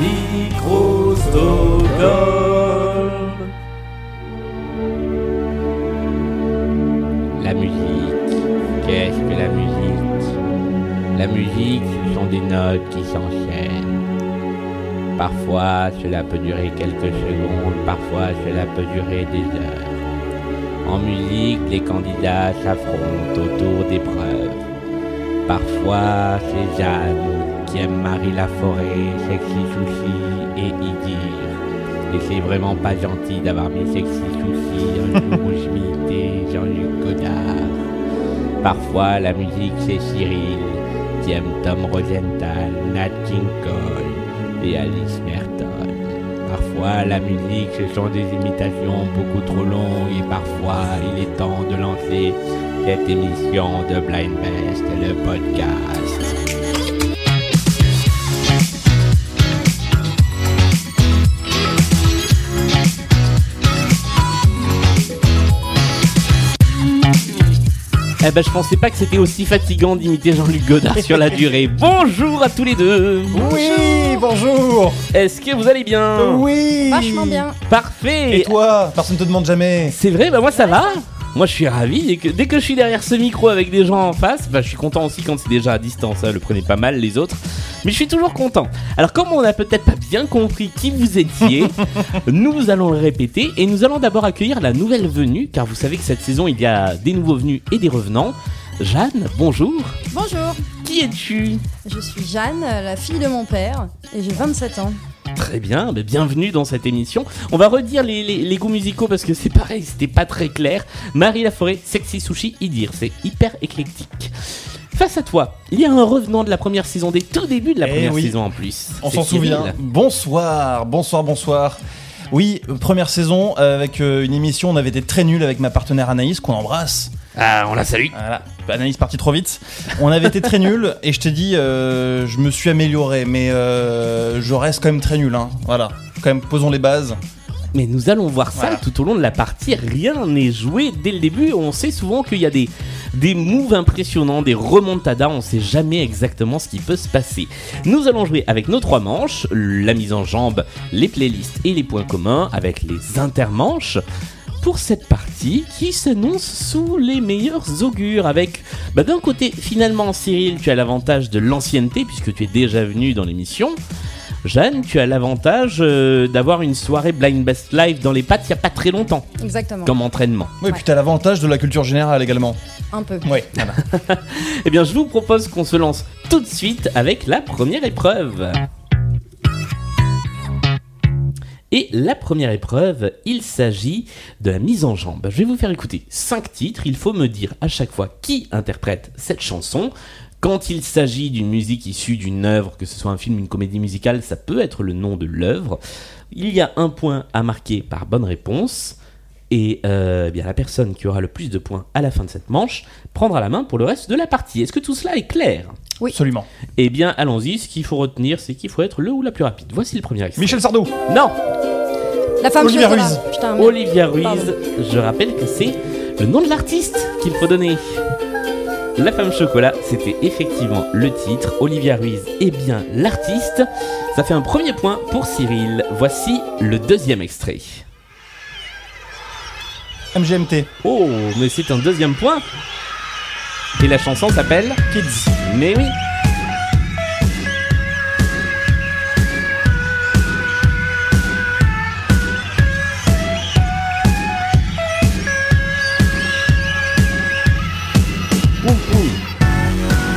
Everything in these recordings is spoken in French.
micro Stockholm. La musique, qu'est-ce que la musique La musique, ce sont des notes qui s'enchaînent. Parfois, cela peut durer quelques secondes, parfois, cela peut durer des heures. En musique, les candidats s'affrontent autour d'épreuves. Parfois, c'est Jeanne qui aime Marie Laforêt, Sexy Sushi et Idir. Et c'est vraiment pas gentil d'avoir mis Sexy Sushi un jour où je m'imitais Jean-Luc Godard. Parfois, la musique, c'est Cyril qui aime Tom Rosenthal, Nat King Cole et Alice Merton. Parfois, la musique, ce sont des imitations beaucoup trop longues et parfois, il est temps de lancer cette émission de Blind Best, le podcast. Eh ben, je pensais pas que c'était aussi fatigant d'imiter Jean-Luc Godard sur la durée. Bonjour à tous les deux. Oui, bonjour Est-ce que vous allez bien Oui Vachement bien. Parfait. Et toi Personne te demande jamais C'est vrai, bah moi ça va. Moi je suis ravi. Dès que, dès que je suis derrière ce micro avec des gens en face, bah, je suis content aussi quand c'est déjà à distance. hein, le prenez pas mal les autres. Mais je suis toujours content. Alors comme on n'a peut-être pas bien compris qui vous étiez, nous allons le répéter et nous allons d'abord accueillir la nouvelle venue, car vous savez que cette saison il y a des nouveaux venus et des revenants. Jeanne, bonjour. Bonjour, Qui es-tu je suis Jeanne, la fille de mon père, et j'ai 27 ans. Très bien, mais bienvenue dans cette émission. On va redire les, les- les goûts musicaux parce que c'est pareil, c'était pas très clair. Marie Laforêt, Sexy Sushi, Idir, c'est hyper éclectique. Face à toi, il y a un revenant de la première saison, des tout débuts de la Eh première oui. saison en plus. On C'est s'en Cyril. souvient Bonsoir, bonsoir, bonsoir oui, première saison euh, avec euh, une émission, on avait été très nul avec ma partenaire Anaïs qu'on embrasse. Ah, on la salue. Voilà, Anaïs partie trop vite. On avait été très nul et je t'ai dit, euh, je me suis amélioré, mais euh, je reste quand même très nul. Hein. Voilà, quand même posons les bases. Mais nous allons voir ça Voilà. tout au long de la partie. Rien n'est joué dès le début. On sait souvent qu'il y a des, des moves impressionnants, des remontadas. On sait jamais exactement ce qui peut se passer. Nous allons jouer avec nos trois manches, la mise en jambe, les playlists et les points communs avec les intermanches. Pour cette partie qui s'annonce sous les meilleurs augures, avec bah, d'un côté finalement Cyril, tu as l'avantage de l'ancienneté puisque tu es déjà venu dans l'émission, Jeanne, tu as l'avantage euh, d'avoir une soirée Blind Best Live dans les pattes il n'y a pas très longtemps Exactement. comme entraînement. Oui, et Ouais. puis t'as l'avantage de la culture générale également. Un peu. Oui, Eh bien, je vous propose qu'on se lance tout de suite avec la première épreuve. Et la première épreuve, il s'agit de la mise en jambe. Je vais vous faire écouter cinq titres. Il faut me dire à chaque fois qui interprète cette chanson. Quand il s'agit d'une musique issue d'une œuvre, que ce soit un film, une comédie musicale, ça peut être le nom de l'œuvre. Il y a un point à marquer par bonne réponse. Et euh, eh bien la personne qui aura le plus de points à la fin de cette manche prendra la main pour le reste de la partie. Est-ce que tout cela est clair Oui. absolument. Eh bien, allons-y. Ce qu'il faut retenir, c'est qu'il faut être le ou la plus rapide. Voici le premier extrait. Michel Sardou, Non La femme Olivia chez Zola. Ruiz. Putain, merde. Olivia Ruiz, Pardon. je rappelle que c'est le nom de l'artiste qu'il faut donner. La femme chocolat, c'était effectivement le titre. Olivia Ruiz est bien l'artiste. Ça fait un premier point pour Cyril. Voici le deuxième extrait. MGMT, Oh, mais c'est un deuxième point. Et la chanson s'appelle Kids. Mais oui. Oum, oum.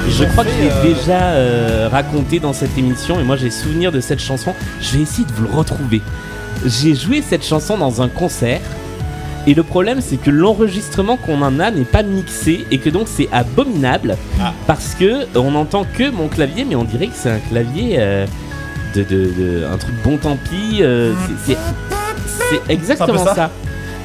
Je crois que je l'ai euh, déjà euh, raconté dans cette émission et moi j'ai souvenir de cette chanson. Je vais essayer de vous le retrouver. J'ai joué cette chanson dans un concert et le problème c'est que l'enregistrement qu'on en a n'est pas mixé et que donc c'est abominable parce que on n'entend que mon clavier mais on dirait que c'est un clavier euh, de, de- de- un truc bon tant pis. euh, c'est- c'est c'est exactement ça. ça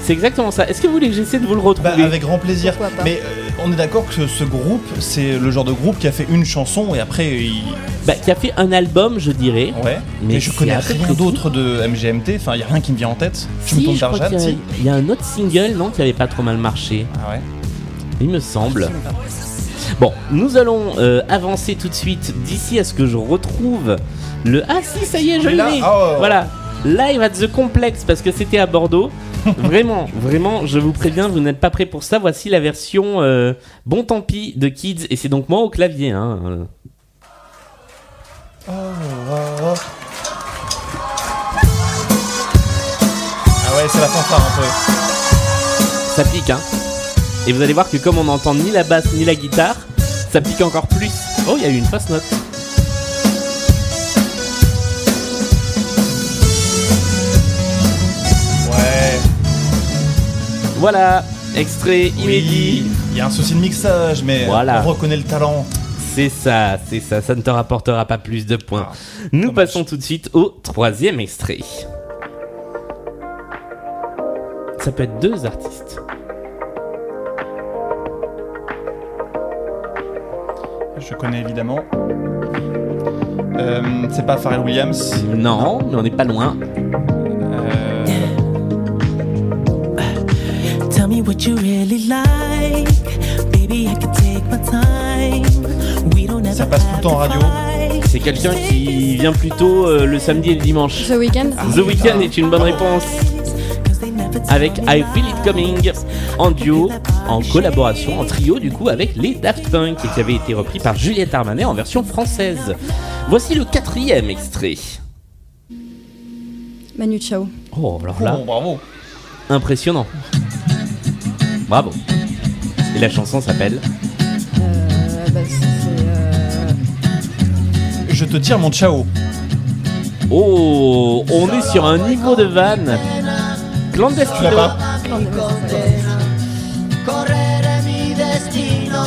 C'est exactement ça. Est-ce que vous voulez que j'essaie de vous le Bah, retrouver avec grand plaisir. Pourquoi pas. Mais euh, on est d'accord que ce, ce groupe, c'est le genre de groupe qui a fait une chanson et après il. Bah, Qui a fait un album, je dirais. Ouais. Mais Mais, je c'est connais à peu rien près d'autre de MGMT. Enfin, il y a rien qui me vient en tête. Je me Si, tourne je vers crois Jeanne, qu'il y a- si. Il y a un autre single, non, qui avait pas trop mal marché, Ah ouais. il me semble. Bon, nous allons euh, avancer tout de suite d'ici à ce que je retrouve le. Ah si, ça y est, je Il est là l'ai. Oh. Voilà. Live at the Complex parce que c'était à Bordeaux. vraiment, vraiment, je vous préviens, vous n'êtes pas prêts pour ça. Voici la version euh, bon tant pis de Kids et c'est donc moi au clavier. Hein. Ah ouais, c'est la fanfare un peu. Ça pique, hein. Et vous allez voir que comme on n'entend ni la basse ni la guitare, ça pique encore plus. Oh, il y a eu une fausse note. Ouais. Voilà, extrait inédit. Il y a un souci de mixage, mais Voilà. on reconnaît le talent. C'est ça, c'est ça, ça ne te rapportera pas plus de points. Ah, Nous dommage. passons tout de suite au troisième extrait. Ça peut être deux artistes. Je connais évidemment. Euh, c'est pas Pharrell Williams. Non, mais on n'est pas loin. Euh, Tell me what you really like. Baby, I can take my time. We don't Ça ever passe tout le temps en have to radio. fight. C'est quelqu'un qui vient plutôt euh, le samedi et le dimanche. The Weeknd The Weeknd est une bonne réponse. Cause they never tell Avec me I Feel It Coming en duo, en collaboration, en lies. trio du coup avec les Daft Punk et qui avait été repris par Juliette Armanet en version française. Voici le quatrième extrait. Manu Chao. Oh alors là. oh, bravo. Impressionnant. Bravo. Et la chanson s'appelle Euh, bah, c'est. euh, Je te tire mon ciao. Oh, on est sur un niveau de vanne clandestino. Tu l'as pas Plan de- ouais, c'est ça. Correré mi destino.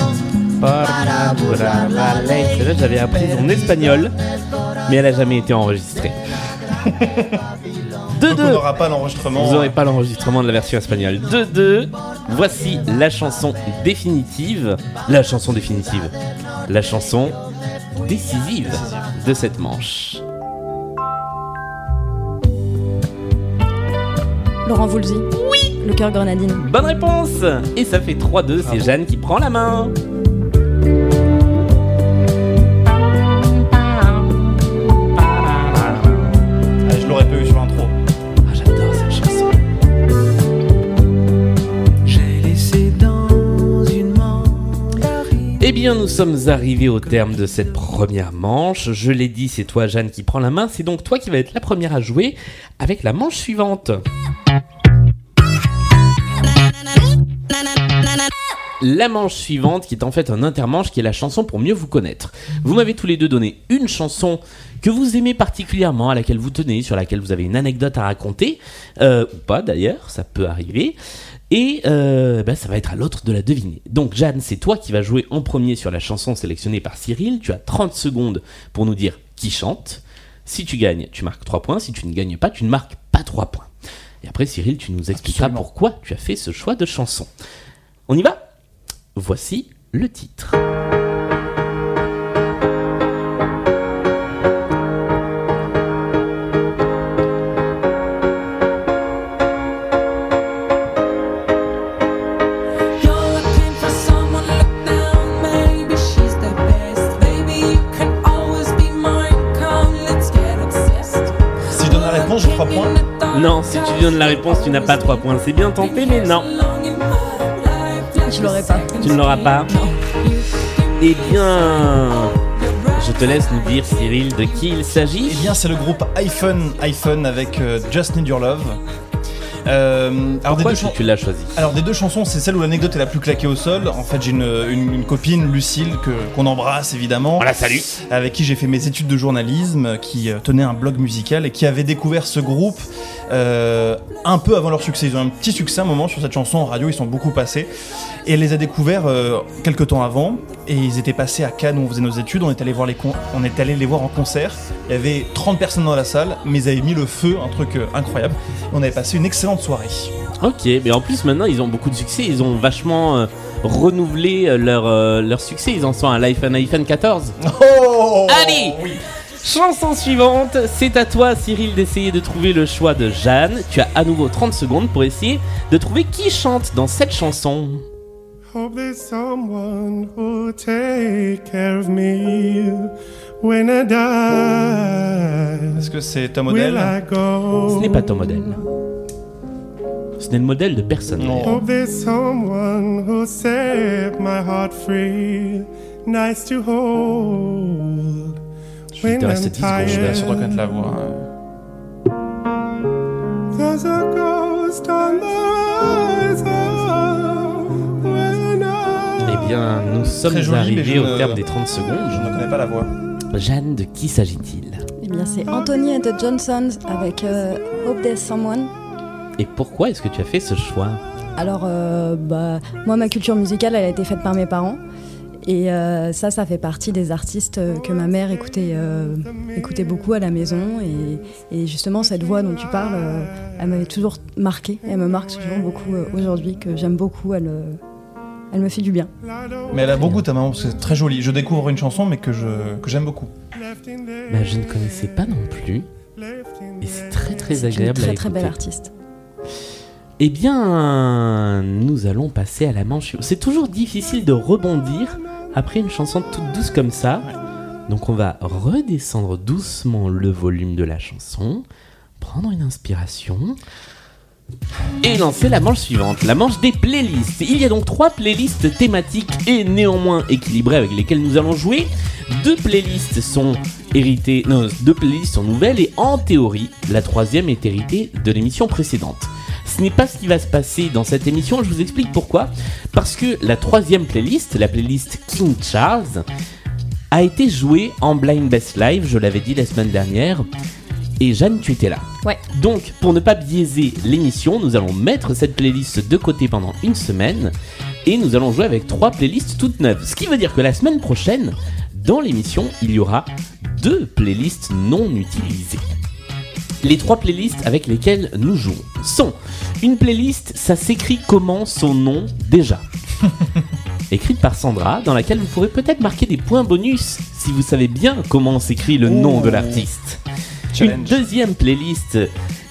Celle-là, j'avais appris en espagnol, mais elle a jamais été enregistrée. Donc on 2-2. n'aura pas l'enregistrement. Vous n'aurez pas l'enregistrement de la version espagnole. 2-2. Voici la chanson définitive. La chanson définitive. La chanson décisive de cette manche. Laurent Voulzy. Oui Le cœur grenadine. Bonne réponse Et ça fait 3-2, c'est Jeanne qui prend la main. Ah, je l'aurais pas eu sur l'intro. Ah, j'adore cette chanson. J'ai laissé dans une mandarine. Eh bien, nous sommes arrivés au terme de cette première manche. Je l'ai dit, c'est toi, Jeanne, qui prend la main. C'est donc toi qui vas être la première à jouer avec la manche suivante. La manche suivante, qui est en fait un intermanche, qui est la chanson pour mieux vous connaître. Vous m'avez tous les deux donné une chanson que vous aimez particulièrement, à laquelle vous tenez, sur laquelle vous avez une anecdote à raconter, euh, ou pas d'ailleurs, ça peut arriver. Et euh, bah, ça va être à l'autre de la deviner. Donc Jeanne, c'est toi qui vas jouer en premier sur la chanson sélectionnée par Cyril. Tu as 30 secondes pour nous dire qui chante. Si tu gagnes, tu marques 3 points. Si tu ne gagnes pas, tu ne marques pas 3 points. Et après, Cyril, tu nous expliqueras Absolument. pourquoi tu as fait ce choix de chanson. On y va Voici le titre. You're looking for someone, look down. Maybe she's the best. Maybe you can always be mine. Come, let's get obsessed. Si je donne la réponse, je crois point. Non, si tu donnes la réponse, tu n'as pas 3 points. C'est bien tenté, mais non. Je l'aurais pas. Tu ne l'auras pas. Eh bien, je te laisse nous dire, Cyril, de qui il s'agit. Eh bien, c'est le groupe iPhone iPhone avec euh, Just Need Your Love. Euh, alors, des pourquoi deux tu, chan- tu l'as choisi alors, des deux chansons, c'est celle où l'anecdote est la plus claquée au sol. En fait, j'ai une, une- une copine, Lucille, que- qu'on embrasse évidemment. On la salue. avec qui j'ai fait mes études de journalisme, euh, qui euh, tenait un blog musical et qui avait découvert ce groupe euh, un peu avant leur succès. Ils ont un petit succès à un moment sur cette chanson en radio, ils sont beaucoup passés. Et elle les a découverts euh, quelques temps avant. Et ils étaient passés à Cannes où on faisait nos études, on est allé voir les, con- on est allé les voir en concert. Il y avait 30 personnes dans la salle, mais ils avaient mis le feu, un truc euh, incroyable. On avait passé une excellente soirée. Ok, mais en plus maintenant ils ont beaucoup de succès, ils ont vachement euh, renouvelé euh, leur, euh, leur succès, ils en sont à l'iPhone iPhone 14. Oh Allez Chanson suivante, c'est à toi Cyril d'essayer de trouver le choix de Jeanne. Tu as à nouveau 30 secondes pour essayer de trouver qui chante dans cette chanson. Hope there's someone who'll take care of me when I die. Est-ce que c'est Tom Will O'Dell I go? Ce n'est pas ton modèle. Ce n'est le modèle de personne. Non. Oh. Hope there's someone who'll set my heart free. Nice to hold. Je vais te rester 10 secondes. Je vais assurer de reconnaître la voix. hein. There's a ghost on the horizon when I Eh bien, nous sommes Très joli, mais arrivés je au ne- terme des 30 Je ne secondes. connais pas la voix. Jeanne, de qui s'agit-il Eh bien, c'est Anthony and the Johnsons avec euh, Hope There's Someone. Et pourquoi est-ce que tu as fait ce choix Alors, euh, bah, moi, ma culture musicale, elle a été faite par mes parents. Et euh, ça, ça fait partie des artistes euh, que ma mère écoutait, euh, écoutait beaucoup à la maison. Et, et justement, cette voix dont tu parles, euh, elle m'avait toujours marquée. Elle me marque toujours beaucoup euh, aujourd'hui, que j'aime beaucoup. Elle, euh, elle me fait du bien. Mais elle a beaucoup ta maman, parce que c'est très joli. Je découvre une chanson, mais que je que j'aime beaucoup. bah, Je ne connaissais pas non plus. Et c'est très très C'est une agréable très à très belle écouter. artiste. Eh bien, nous allons passer à la manche. C'est toujours difficile de rebondir après une chanson toute douce comme ça. Donc on va redescendre doucement le volume de la chanson, prendre une inspiration et lancer la manche suivante, la manche des playlists. Il y a donc trois playlists thématiques et néanmoins équilibrées avec lesquelles nous allons jouer. Deux playlists sont héritées, non, deux playlists sont nouvelles et en théorie, la troisième est héritée de l'émission précédente. Ce n'est pas ce qui va se passer dans cette émission, je vous explique pourquoi. Parce que la troisième playlist, la playlist King Charles, a été jouée en Blind Best Live, je l'avais dit la semaine dernière. Et Jeanne, tu étais là. Ouais. Donc, pour ne pas biaiser l'émission, nous allons mettre cette playlist de côté pendant une semaine et nous allons jouer avec trois playlists toutes neuves. Ce qui veut dire que la semaine prochaine, dans l'émission, il y aura deux playlists non utilisées. Les trois playlists avec lesquelles nous jouons sont une playlist, ça s'écrit comment son nom déjà Écrite par Sandra, dans laquelle vous pourrez peut-être marquer des points bonus si vous savez bien comment s'écrit le nom de l'artiste. Une Challenge. deuxième playlist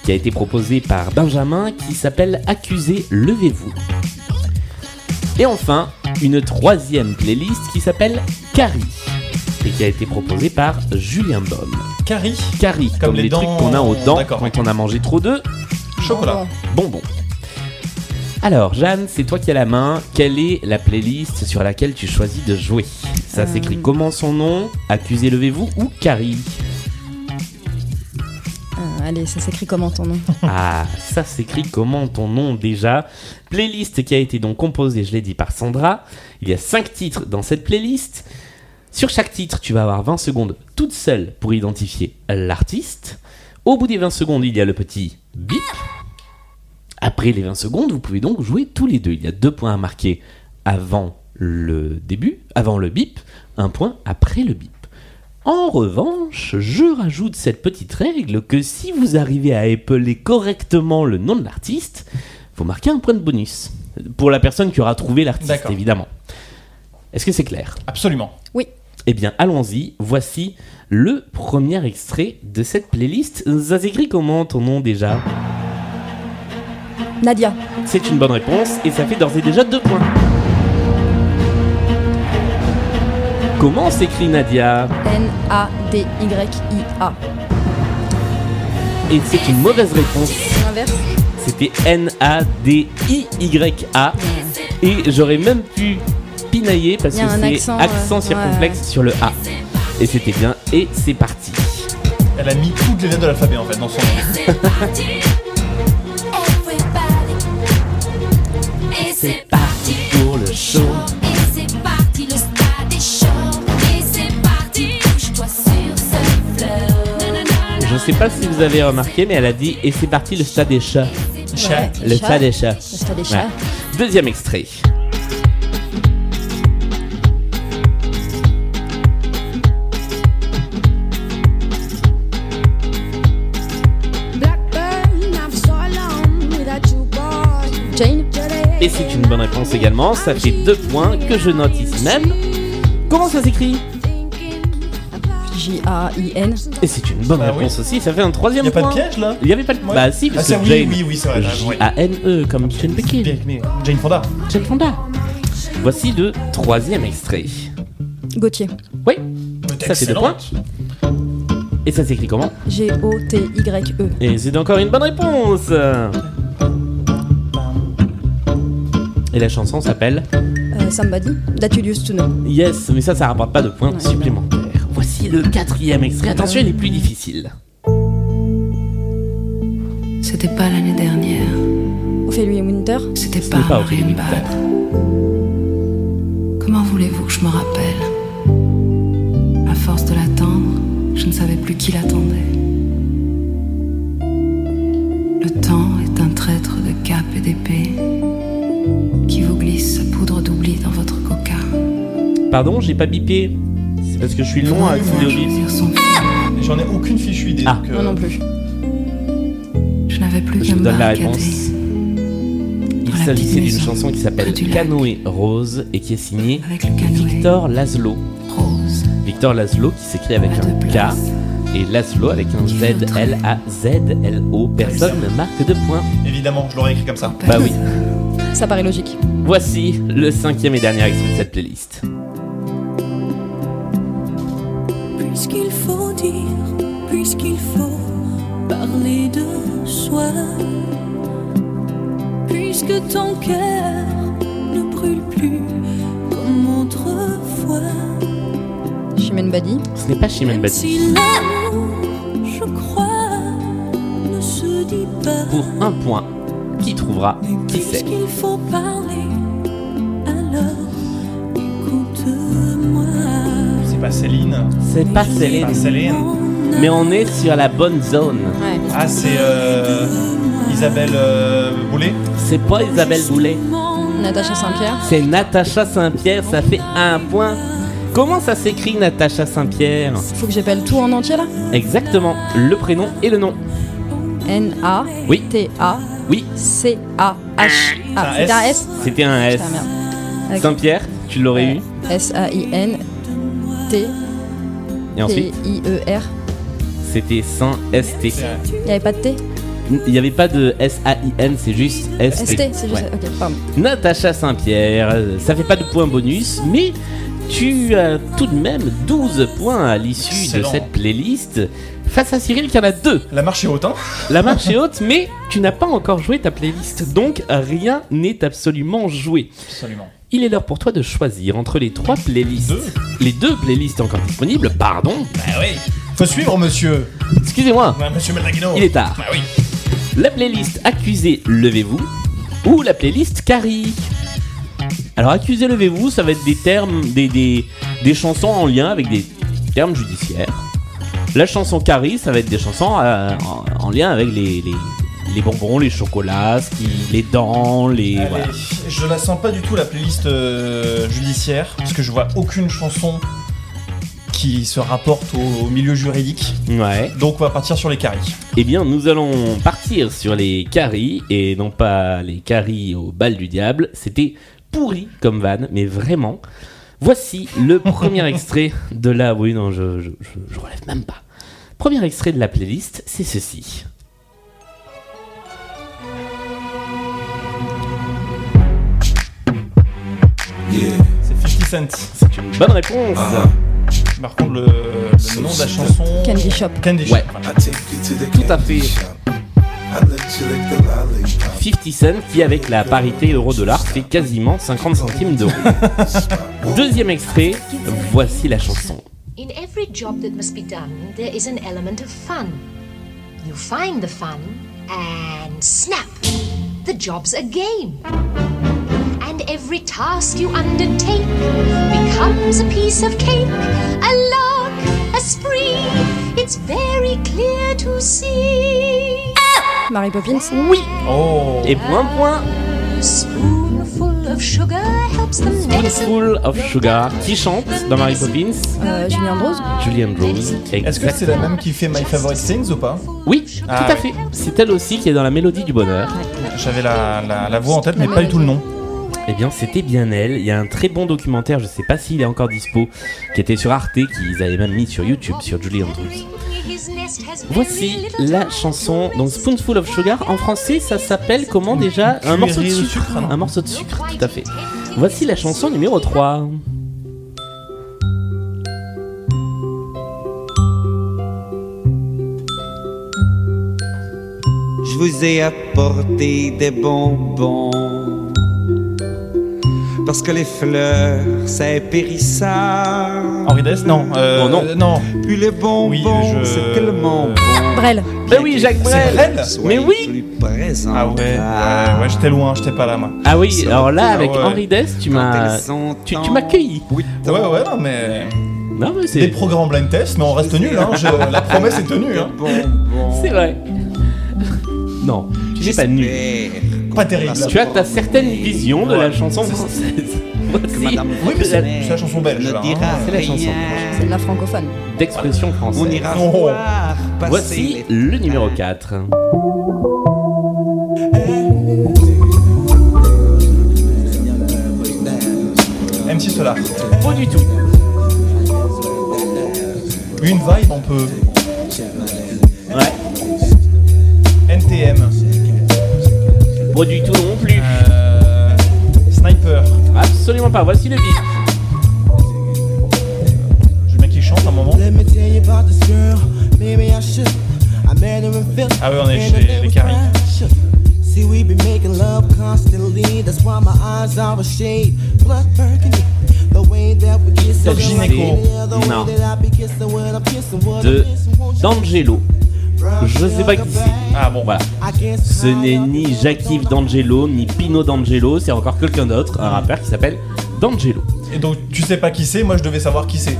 qui a été proposée par Benjamin qui s'appelle Accusé, levez-vous. Et enfin, une troisième playlist qui s'appelle Carrie et qui a été proposée par Julien Baum. Carrie, Carrie, comme, Comme les les trucs dents- qu'on a aux dents D'accord, quand ouais. on a mangé trop d'eux, chocolat. bonbons. Alors, Jeanne, c'est toi qui as la main. Quelle est la playlist sur laquelle tu choisis de jouer Ça Euh. s'écrit comment son nom Accusé, levez-vous ou Carrie Euh, allez, ça s'écrit comment ton nom Ah, ça s'écrit comment ton nom déjà Playlist qui a été donc composée, je l'ai dit, par Sandra. Il y a 5 titres dans cette playlist. Sur chaque titre, tu vas avoir 20 secondes toute seule pour identifier l'artiste. Au bout des 20 secondes, il y a le petit bip. Après les 20 secondes, vous pouvez donc jouer tous les deux. Il y a deux points à marquer avant le début, avant le bip, un point après le bip. En revanche, je rajoute cette petite règle que si vous arrivez à épeler correctement le nom de l'artiste, vous marquez un point de bonus. Pour la personne qui aura trouvé l'artiste, D'accord. évidemment. Est-ce que c'est clair Absolument. eh bien, allons-y. Voici le premier extrait de cette playlist. Ça s'écrit comment ton nom déjà Nadia. C'est une bonne réponse et ça fait d'ores et déjà deux points. Comment s'écrit Nadia N-A-D-Y-I-A. Et c'est une mauvaise réponse. L'inverse C'était N-A-D-I-Y-A. Et j'aurais même pu pinailler parce Il y a que un c'est accent, accent, euh, ouais. circonflexe sur le A. Et c'était bien. Et c'est parti. Elle a mis toutes les lettres de l'alphabet en fait dans son nom. Et c'est parti pour le show. Et c'est parti, le stade est chaud. Et c'est parti, couche-toi sur ce fleuve. Nanana, Je sais pas si vous avez remarqué, mais elle a dit Et c'est parti, le stade des chats. Chat. Ouais. Le Chat. stade des chats. Le stade des chats. Ouais. Deuxième extrait. Jane. Et c'est une bonne réponse également. Ça fait deux points que je note ici même. Comment ça s'écrit J-A-I-N. Et c'est une bonne Bah réponse aussi. Ça fait un troisième Y a pas point. de piège là Il n'y avait pas de. Ouais. Bah si, Ah, parce c'est- que oui, Jane. E, oui, oui, c'est vrai, ouais. J-A-N-E, comme Jane Becky. Bien, mais Jane Fonda. Jane Fonda. Voici le troisième extrait. Gauthier. Oui, T'es ça c'est deux points. excellente. Et ça s'écrit comment G-O-T-Y-E. Et c'est encore une bonne réponse Et la chanson s'appelle Euh, somebody. That you used to know. Yes, mais ça, ça rapporte pas de points supplémentaires. Voici le quatrième extrait. Attention, il est plus difficile. C'était pas l'année dernière. Ophélie Winter. C'était Ce pas, n'est pas Ophélie Marienbad. Comment voulez-vous que je me rappelle À force de l'attendre, je ne savais plus qui l'attendait. Le temps est un traître de capes et d'épées qui vous glisse sa poudre d'oubli dans votre coca. Pardon, j'ai pas bipé. C'est parce que je suis long à accéder au Comment bip. choisir son film J'en ai aucune fichue idée. Ah. donc, euh, Non, non plus. Je n'avais plus Je qu'à vous me donne la barricader. réponse. Il Dans la s'agissait petite d'une maison chanson qui s'appelle près du lac. Canoë Rose et qui est signée Avec le canoë. Victor Laszlo. Rose, Victor Laszlo qui s'écrit avec à un deux K places. et Laszlo avec un Il fait le train. Z-L-A-Z-L-O. Personne ne marque de points. Évidemment, je l'aurais écrit comme ça. Bah oui. Ça paraît logique. Voici le cinquième et dernier extrait de cette playlist. Puisqu'il faut dire, puisqu'il faut parler de soi, puisque ton cœur ne brûle plus comme autrefois, Chimène Badi. Ce n'est pas Shimon même Baptiste. si l'amour, je crois, ne se dit pas. Pour un point, qui trouvera Mais qui c'est puisqu'il faut parler, alors écoute-moi. C'est pas Céline. C'est pas C'est pas Céline. Céline. Mais on est sur la bonne zone. Ouais. Ah, c'est euh, Isabelle euh, Boulay. C'est pas Isabelle Boulet. Natacha Saint-Pierre. C'est Natacha Saint-Pierre, ça fait un point. Comment ça s'écrit Natacha Saint-Pierre Faut que j'appelle tout en entier là Exactement, le prénom et le nom. Oui. N-A-T-A. Oui, C-A-H. Ah, c'est un S c'était un S. Putain, merde. Avec- Saint-Pierre, tu l'aurais eu. Et ensuite, S-A-I-N-T-T-I-E-R. c'était Saint ST. E Il n'y avait pas de T Il n'y avait pas de S-A-I-N, c'est juste ST. S-T, c'est juste. Ouais. Ok, pardon. Natacha Saint-Pierre, euh, ça fait pas de points bonus, mais tu as tout de même 12 points à l'issue de Excellent. cette playlist. Face à Cyril qui en a deux. La marche est haute, hein La marche est haute, mais tu n'as pas encore joué ta playlist, donc rien n'est absolument joué. Absolument. Il est l'heure pour toi de choisir entre les trois playlists. Deux. Les deux playlists encore disponibles, pardon. Bah oui. Faut suivre, monsieur. Excusez-moi, Ouais, monsieur Melagino. il est tard. Bah oui. La playlist accusé, levez-vous, ou la playlist Carrie. Alors accusé, levez-vous, ça va être des termes, des, des, des chansons en lien avec des termes judiciaires. La chanson Carrie, ça va être des chansons euh, en, en lien avec les, les, les bonbons, les chocolats, ce qui- les dents, les... Allez, voilà. Je la sens pas du tout la playlist euh, judiciaire parce que je vois aucune chanson qui se rapporte au, au milieu juridique. Ouais. Donc on va partir sur les caries. Eh bien, nous allons partir sur les caries, et non pas les caries au bal du diable. C'était pourri comme vanne, mais vraiment. Voici le premier extrait de la... Oui, non, je, je, je- je relève même pas. Premier extrait de la playlist, c'est ceci. C'est 50 Cent. C'est une bonne réponse Par contre le, le nom de la chanson. Candy Shop. Candy Shop. Ouais. Tout à fait. 50 Cent qui, avec la parité euro-dollar, fait quasiment 50 centimes d'euros. Deuxième extrait, voici la chanson. In every job that must be done, there is an element of fun. You find the fun and snap! The job's a game. And every task you undertake becomes a piece of cake, a lark, a spree. It's very clear to see. Mary Poppins. Oui Oh. Et point, point A spoonful of sugar helps the medicine. Full of Sugar, qui chante dans Mary Poppins Euh, Julien Drose. Julie Andrews. Est-ce que c'est la même qui fait My Favorite Things ou pas Oui, Ah tout à oui. fait. C'est elle aussi qui est dans la mélodie du bonheur. J'avais la, la, la voix en tête mais pas du tout le nom. Eh bien, c'était bien elle. Il y a un très bon documentaire, je sais pas s'il est encore dispo, qui était sur Arte, qu'ils avaient même mis sur YouTube, sur Julie Andrews. Voici la chanson, donc Spoonful of Sugar. En français, ça s'appelle comment déjà Un morceau de Cuillerée au sucre. sucre, non Un morceau de sucre, tout à fait. Voici la chanson numéro 3. je vous ai apporté des bonbons. Parce que les fleurs, c'est périssable. Henri Dess, non. euh, Bon, non. euh, non. Puis les bonbons, c'est tellement Ah, bon. Brel. Ben oui, Jacques Eh Ah Brel. Mais oui. Présent. Ah ouais, ouais, ouais, j'étais loin, j'étais pas là, moi. Ah oui, alors là, avec Henri Dess, tu m'as. Ah, Tu, tu m'as cueilli. Ouais, ouais, non, mais. Non, mais c'est. Des programmes blind test, mais on reste nul, hein. je- La promesse est tenue, hein. C'est vrai. Non, tu n'es pas nul. Pas terrible. Tu as ta certaine vision de la chanson française. Oui, mais c'est c'est la chanson belge, là. hein. C'est la chanson. C'est de la francophone. d'expression française. On ira Oh. voir passer Voici le numéro 4. M6 Solar. Pas du tout. Une vibe, on peut. Ouais. NTM. Pas du tout non plus. Euh, Sniper. Absolument pas. Voici le beat. Le mec qui chante un moment. Let me tell you about this girl. Maybe I should. I met her in Philly. Ah oui, on est and her chez name les was Carrés. Brian. See, we be making love constantly. That's why my eyes are a shade. Blood burgundy. The way that we kiss Doc is like Gynéco. any other way Non. that I be kissing what I'm kissing, what I'm de kissing, won't you d'Angelo. Je sais pas qui c'est. Ah bon, voilà. Ce n'est ni Jacques-Yves d'Angelo, ni Pino d'Angelo, c'est encore quelqu'un d'autre, un rappeur qui s'appelle d'Angelo. Et donc, tu sais pas qui c'est, moi je devais savoir qui c'est.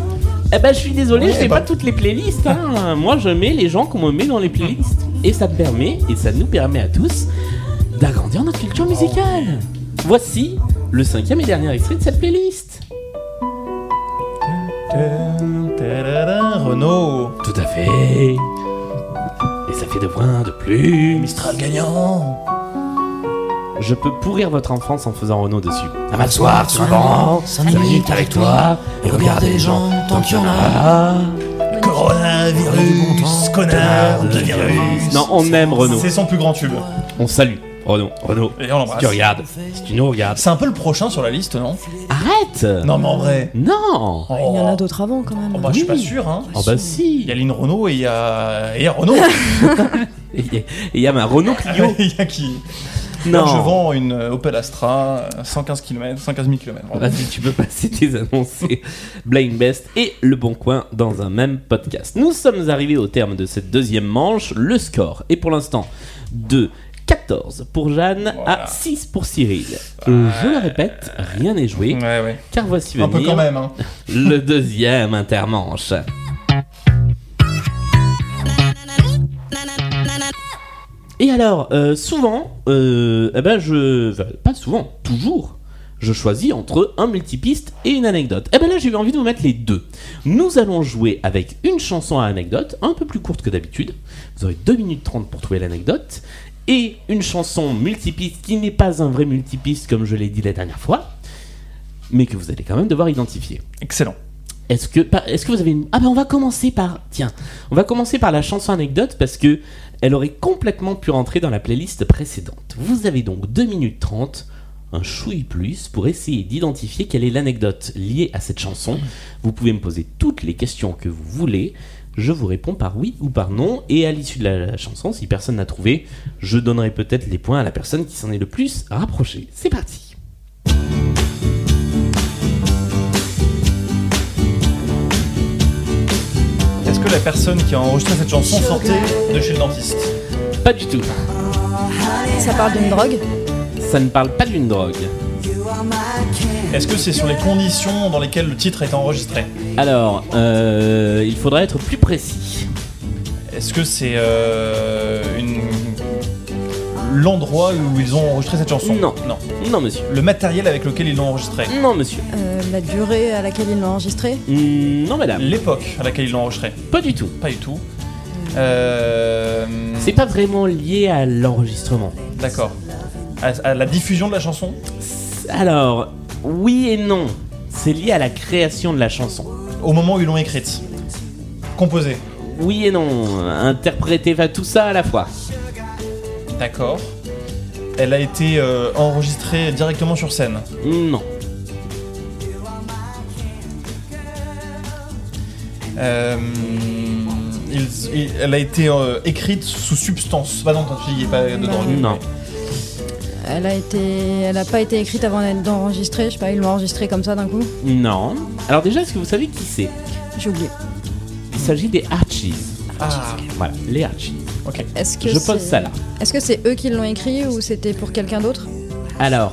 Eh ben, je suis désolé, Ouais, je fais bah. pas toutes les playlists. hein. Moi, je mets les gens qu'on me met dans les playlists. Et ça te permet, et ça nous permet à tous, d'agrandir notre culture musicale. Voici le cinquième et dernier extrait de cette playlist. Renault. Tout à fait. Et ça fait deux points de plus. Mistral gagnant. Je peux pourrir votre enfance en faisant Renault dessus. À m'asseoir sur un banc, cinq minutes avec toi, et regarder les gens tant qu'il y en a. Coronavirus, connard de virus. Non, on aime Renault. C'est son plus grand tube. On salue. Renaud, Renaud, Et on l'embrasse. si tu regardes, si tu nous regardes. C'est un peu le prochain sur la liste, non Arrête Non, Ah, mais en vrai. Non Ah, Il y en a d'autres avant quand même. Oh, bah, je suis pas sûr, hein. Oh bah si Il y a Lynn Renault et il y a. Et il y a Renault Et il y a- et il y a ma Renault Clio Il y a qui Non. Ah, Je vends une euh, Opel Astra, euh, 115 km, 115 000 km. Bah, Vas-y, Ah, tu peux passer tes annonces et Blind Best et Le Bon Coin dans un même podcast. Nous sommes arrivés au terme de cette deuxième manche. Le score est pour l'instant de 14 pour Jeanne à 6 pour Cyril. Euh, Je le répète, rien n'est joué. Car voici Un venir peu quand même, hein. le deuxième intermanche. Et alors, euh, souvent, euh, eh ben je. enfin, pas souvent, toujours, je choisis entre un multipiste et une anecdote. Et ben là, j'ai eu envie de vous mettre les deux. Nous allons jouer avec une chanson à anecdote, un peu plus courte que d'habitude. Vous aurez 2 minutes 30 pour trouver l'anecdote. Et une chanson multipiste qui n'est pas un vrai multipiste, comme je l'ai dit la dernière fois, mais que vous allez quand même devoir identifier. Excellent. Est-ce que, par- est-ce que vous avez une... Ah ben on va commencer par... Tiens, on va commencer par la chanson anecdote parce que elle aurait complètement pu rentrer dans la playlist précédente. Vous avez donc 2 minutes 30, un chouille plus, pour essayer d'identifier quelle est l'anecdote liée à cette chanson. Vous pouvez me poser toutes les questions que vous voulez. Je vous réponds par oui ou par non. Et à l'issue de la, la chanson, si personne n'a trouvé, je donnerai peut-être les points à la personne qui s'en est le plus rapprochée. C'est parti. Est-ce que la personne qui a enregistré cette chanson sortait de chez le dentiste Pas du tout. Ça parle d'une drogue Ça ne parle pas d'une drogue. Est-ce que c'est sur les conditions dans lesquelles le titre est enregistré Alors, euh, il faudrait être plus précis. Est-ce que c'est euh, une... l'endroit où ils ont enregistré cette chanson Non. Non. Non, monsieur. Le matériel avec lequel ils l'ont enregistré Non, monsieur. Euh, La durée à laquelle ils l'ont enregistré Mm, non, madame. L'époque à laquelle ils l'ont enregistré Pas du tout. Pas du tout. Euh, C'est pas vraiment lié à l'enregistrement. D'accord. À, à la diffusion de la chanson Alors, oui et non. C'est lié à la création de la chanson. Au moment où ils l'ont écrite Composée Oui et non. Interpréter va tout ça à la fois. D'accord. Elle a été euh, enregistrée directement sur scène Non. Euh, ils- ils- elle a été euh, écrite sous substance. Bah non, tant pis, il n'y a pas de Bah, drogue. Non. Elle a été, elle a pas été écrite avant d'être enregistrée. Je sais pas, ils l'ont enregistrée comme ça d'un coup. Non. Alors déjà, est-ce que vous savez qui c'est J'ai oublié. Il s'agit des Archies. Ah. Voilà, les Archies. Ok. Est-ce que Je pose c'est- ça là. Est-ce que c'est eux qui l'ont écrit ou c'était pour quelqu'un d'autre Alors,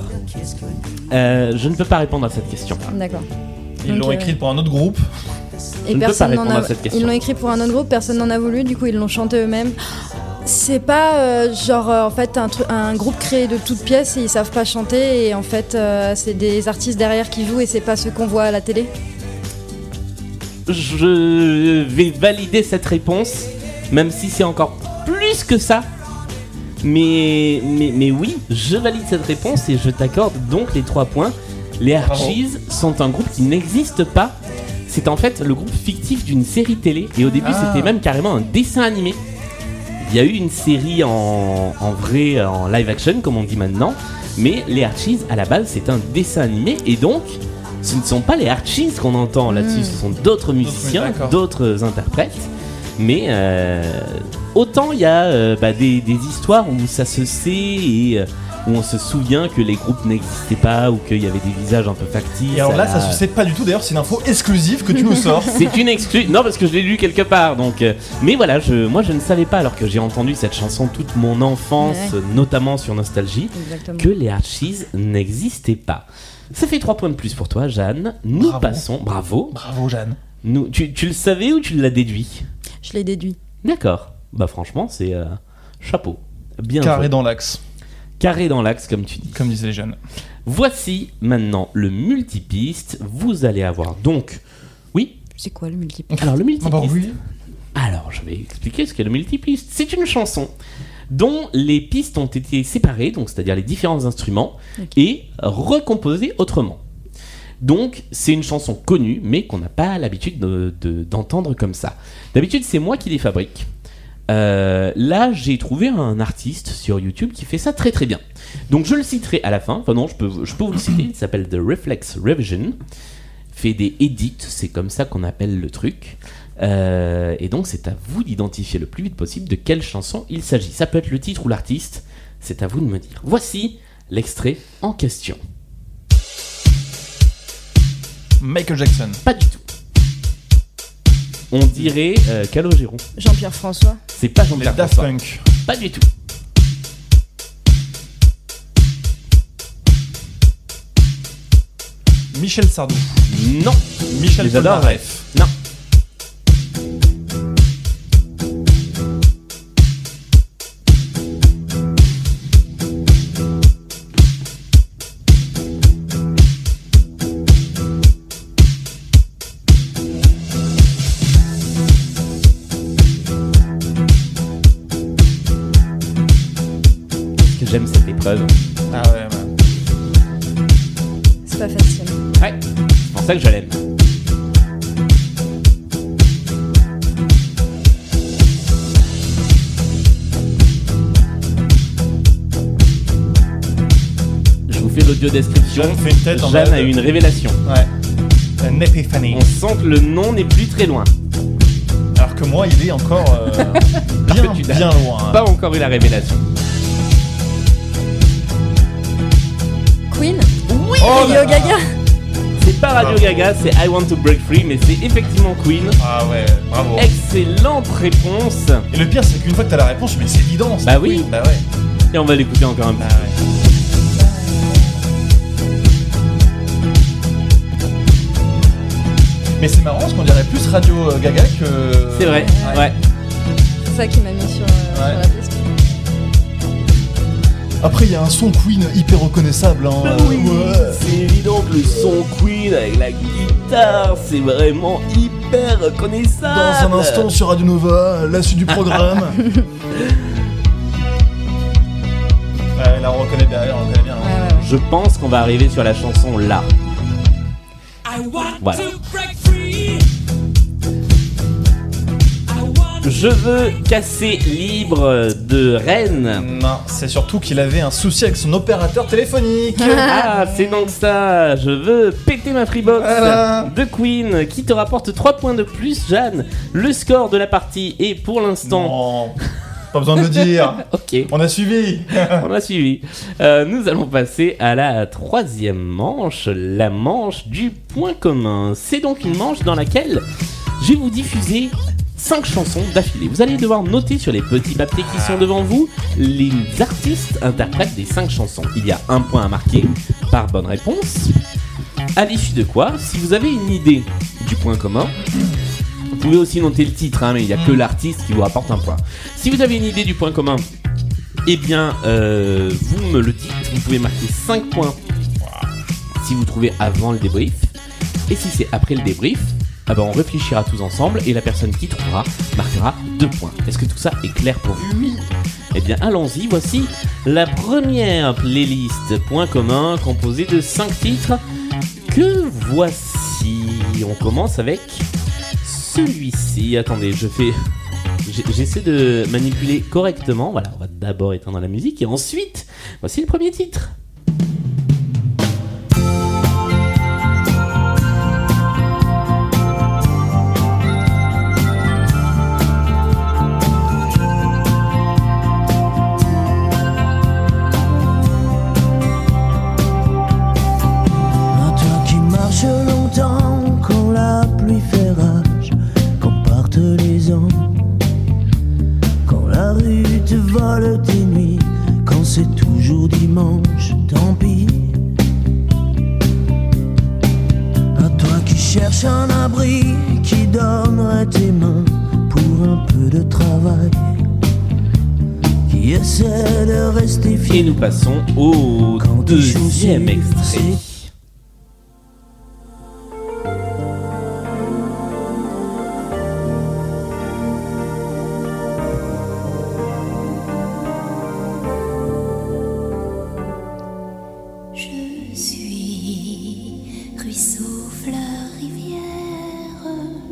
euh, je ne peux pas répondre à cette question. D'accord. Ils l'ont Ok. écrite pour un autre groupe. Et Je ne peux pas personne n'en répondre a. à cette question. Ils l'ont écrit pour un autre groupe, personne n'en a voulu, du coup ils l'ont chanté eux-mêmes. C'est pas euh, genre euh, en fait un, tru- un groupe créé de toutes pièces et ils savent pas chanter et en fait euh, c'est des artistes derrière qui jouent et c'est pas ceux qu'on voit à la télé. Je vais valider cette réponse, même si c'est encore plus que ça. Mais, mais, mais oui, je valide cette réponse et je t'accorde donc les trois points. Les Archies sont un groupe qui n'existe pas. C'est en fait le groupe fictif d'une série télé. Et au début, Ah. c'était même carrément un dessin animé. Il y a eu une série en, en vrai, en live action, comme on dit maintenant. Mais les Archies, à la base, c'est un dessin animé. Et donc, ce ne sont pas les Archies qu'on entend là-dessus. Mm. Ce sont d'autres musiciens, d'autres interprètes. Mais euh, autant il y a euh, bah, des, des histoires où ça se sait et euh, où on se souvient que les groupes n'existaient pas ou qu'il y avait des visages un peu factices. Et alors à là, la- ça se sait pas du tout. D'ailleurs, c'est une info exclusive que tu nous sors. c'est une exclu. Non, parce que je l'ai lu quelque part. Donc, euh, mais voilà, je, moi je ne savais pas alors que j'ai entendu cette chanson toute mon enfance, Ouais. euh, notamment sur Nostalgie, Exactement. que les Archies n'existaient pas. Ça fait 3 points de plus pour toi, Jeanne. Nous passons. Bravo. Bravo, Jeanne. Nous, tu, tu le savais ou tu l'as déduit Je l'ai déduit. D'accord. Bah franchement, c'est euh, chapeau. Bien Carré joué. dans l'axe. Carré dans l'axe, comme tu dis. Comme disaient les jeunes. Voici maintenant le multipiste. Vous allez avoir donc. Oui C'est quoi le multipiste Alors le multipiste. Ah bah oui. Alors je vais expliquer ce qu'est le multipiste. C'est une chanson dont les pistes ont été séparées, donc c'est-à-dire les différents instruments, et recomposées autrement. Donc, c'est une chanson connue, mais qu'on n'a pas l'habitude de- de- d'entendre comme ça. D'habitude, c'est moi qui les fabrique. Euh, là, j'ai trouvé un artiste sur YouTube qui fait ça très très bien. Donc, je le citerai à la fin. Enfin, non, je peux, je peux vous le citer. Il s'appelle The Reflex Revision. Fait des edits, c'est comme ça qu'on appelle le truc. Euh, et donc, c'est à vous d'identifier le plus vite possible de quelle chanson il s'agit. Ça peut être le titre ou l'artiste. C'est à vous de me dire. Voici l'extrait en question. Michael Jackson. Pas du tout. On dirait euh, Calogero. Jean-Pierre François. C'est pas Jean-Pierre Les Daft François. Punk. Pas du tout. Michel Sardou. Non. Michel Les adore, Polnareff. Non. Qu'est-ce que J'aime cette épreuve. Ah ouais, ouais. C'est pas facile. Ouais, c'est pour ça que je l'aime. Je vous fais l'audio description. Jeanne fait une tête en Jeanne mode- a eu une révélation. Ouais. Un epiphany. On sent que le nom n'est plus très loin. Alors que moi, il est encore euh, Ah, bien, bien loin. hein. Pas encore eu la révélation. Queen Oui Oh là Radio là. Gaga C'est pas Radio Gaga, c'est I Want to Break Free, mais c'est effectivement Queen. Ah ouais, bravo. Eh. Excellente réponse. Et le pire, c'est qu'une fois que t'as la réponse, mais c'est évident. c'est Bah oui. Bah ouais. Et on va l'écouter encore un petit. Ah Mais c'est marrant parce qu'on dirait plus Radio euh, Gaga que. euh, C'est vrai, ouais. C'est ça qui m'a mis sur, euh, sur la piste. Après, il y a un son Queen hyper reconnaissable. Hein. Bah oui, c'est évident que le son Queen avec la guitare, c'est vraiment hyper reconnaissable. Dans un instant sur Radio Nova, la suite du programme. ouais, là, on reconnaît derrière, on reconnaît bien. hein. Je pense qu'on va arriver sur la chanson là. I want Voilà. to break free. I want Je veux casser libre de Rennes. Non, c'est surtout qu'il avait un souci avec son opérateur téléphonique. Ah, c'est donc ça. Je veux péter ma freebox Ah Voilà. de Queen qui te rapporte 3 points de plus, Jeanne. Le score de la partie est pour l'instant. Pas besoin de le dire. ok. On a suivi. On a suivi. Euh, nous allons passer à la troisième manche, la manche du point commun. C'est donc une manche dans laquelle je vais vous diffuser cinq chansons d'affilée. Vous allez devoir noter sur les petits papiers qui sont devant vous, les artistes interprètent les cinq chansons. Il y a un point à marquer par bonne réponse. À l'issue de quoi, si vous avez une idée du point commun, vous pouvez aussi noter le titre, hein, mais il n'y a que l'artiste qui vous rapporte un point. Si vous avez une idée du point commun, eh bien, euh, vous me le dites, vous pouvez marquer 5 points si vous trouvez avant le débrief. Et si c'est après le débrief, ah ben, on réfléchira tous ensemble et la personne qui trouvera marquera 2 points. Est-ce que tout ça est clair pour vous Oui. Eh bien, allons-y, voici la première playlist point commun composée de 5 titres que voici. On commence avec celui-ci. Attendez, je fais. j'ai- J'essaie de manipuler correctement. Voilà, on va d'abord éteindre la musique et ensuite, voici le premier titre. Un train qui marche longtemps quand la pluie fait rage, quand partent les ans, quand la rue te vole tes nuits, quand c'est toujours dimanche, tant pis. Un toi qui cherche un abri qui donnerait tes mains pour un peu de travail, qui essaie de rester Et nous passons au deuxième extrait. Je suis ruisseau, fleur, rivière,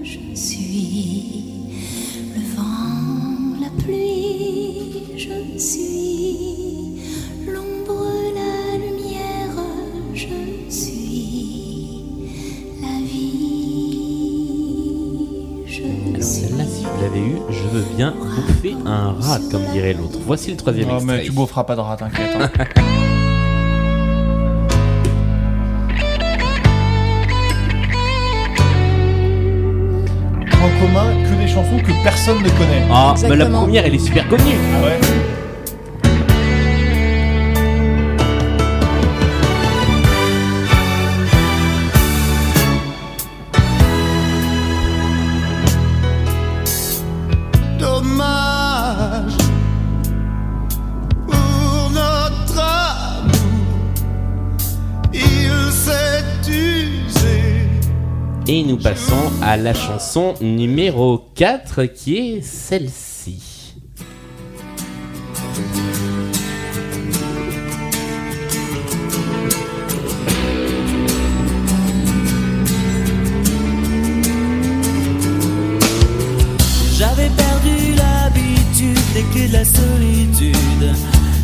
je suis le vent, la pluie, je suis l'ombre, la lumière, je suis la vie, je Alors suis. celle-là, si vous l'avez eu, je veux bien bouffer un rat, comme dirait l'autre. Voici le troisième Oh, extrait. mais tu boufferas pas de rat, t'inquiète. hein. en commun que des chansons que personne ne connaît. Ah, mais la première, elle est super connue. ouais. dommage pour notre âme. Il s'est usé. Et nous passons à la chanson numéro 4 qui est celle-ci. J'avais perdu l'habitude des clés de la solitude.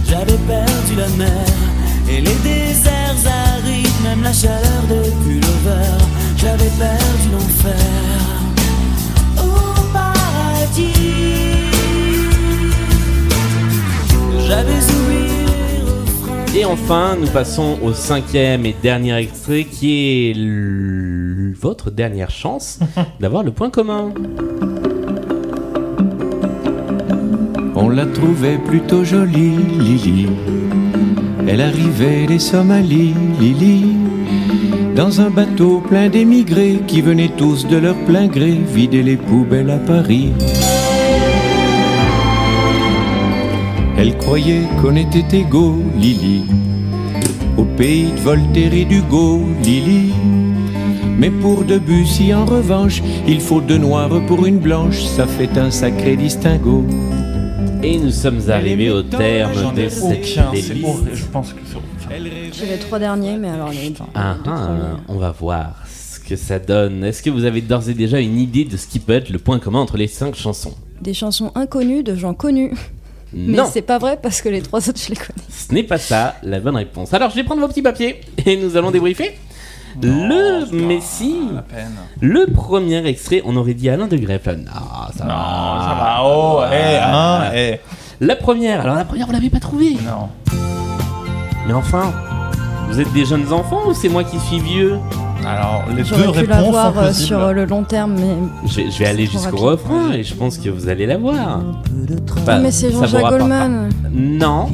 J'avais perdu la mer et les déserts arides, même la chaleur de pullover. J'avais perdu l'enfer au paradis. J'avais oublié. Et enfin, nous passons au cinquième et dernier extrait qui est l- votre dernière chance d'avoir le point commun. On la trouvait plutôt jolie, Lily. Elle arrivait des Somalies, Lily. Dans un bateau plein d'émigrés qui venaient tous de leur plein gré vider les poubelles à Paris. Elle croyait qu'on était égaux, Lily. Au pays de Voltaire et d'Hugo, Lily. Mais pour Debussy, en revanche, il faut deux noirs pour une blanche, ça fait un sacré distinguo. Et nous sommes arrivés au terme J'en de ai cette aucun, c'est délice. horrible. Je pense que c'est J'ai les trois derniers, mais alors les. Ah, ah, on va voir ce que ça donne. Est-ce que vous avez d'ores et déjà une idée de ce qui peut être le point commun entre les cinq chansons des chansons inconnues de gens connus. Non. Mais c'est pas vrai parce que les trois autres, je les connais. Ce n'est pas ça la bonne réponse. Alors je vais prendre vos petits papiers et nous allons débriefer. le Messi, le premier extrait, on aurait dit Alain de Greff. Ah, ça va, ça va. Oh, eh, hein, La première, alors la première, vous l'avez pas trouvée. Non. Mais enfin, vous êtes des jeunes enfants ou c'est moi qui suis vieux Alors les J'aurais pu la voir euh, sur euh, le long terme, mais. Je vais, je vais aller jusqu'au refrain et je pense que vous allez la voir. Enfin, mais c'est Ah, ça vous Jean-Jacques rapporte pas. Goldman. Non.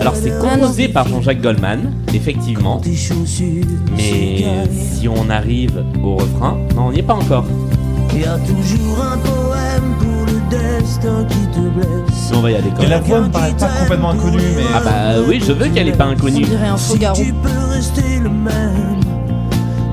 Alors c'est Ah hein. composé par Jean-Jacques Goldman, effectivement. Mais si on arrive au refrain, non, on n'y est pas encore. Il y a toujours un poème pour le destin qui te blesse. Mais on va y aller Et quand même. la voix me paraît pas complètement inconnue, mais. Ah bah oui, je veux qu'elle n'ait pas inconnue. si tu peux rester le même,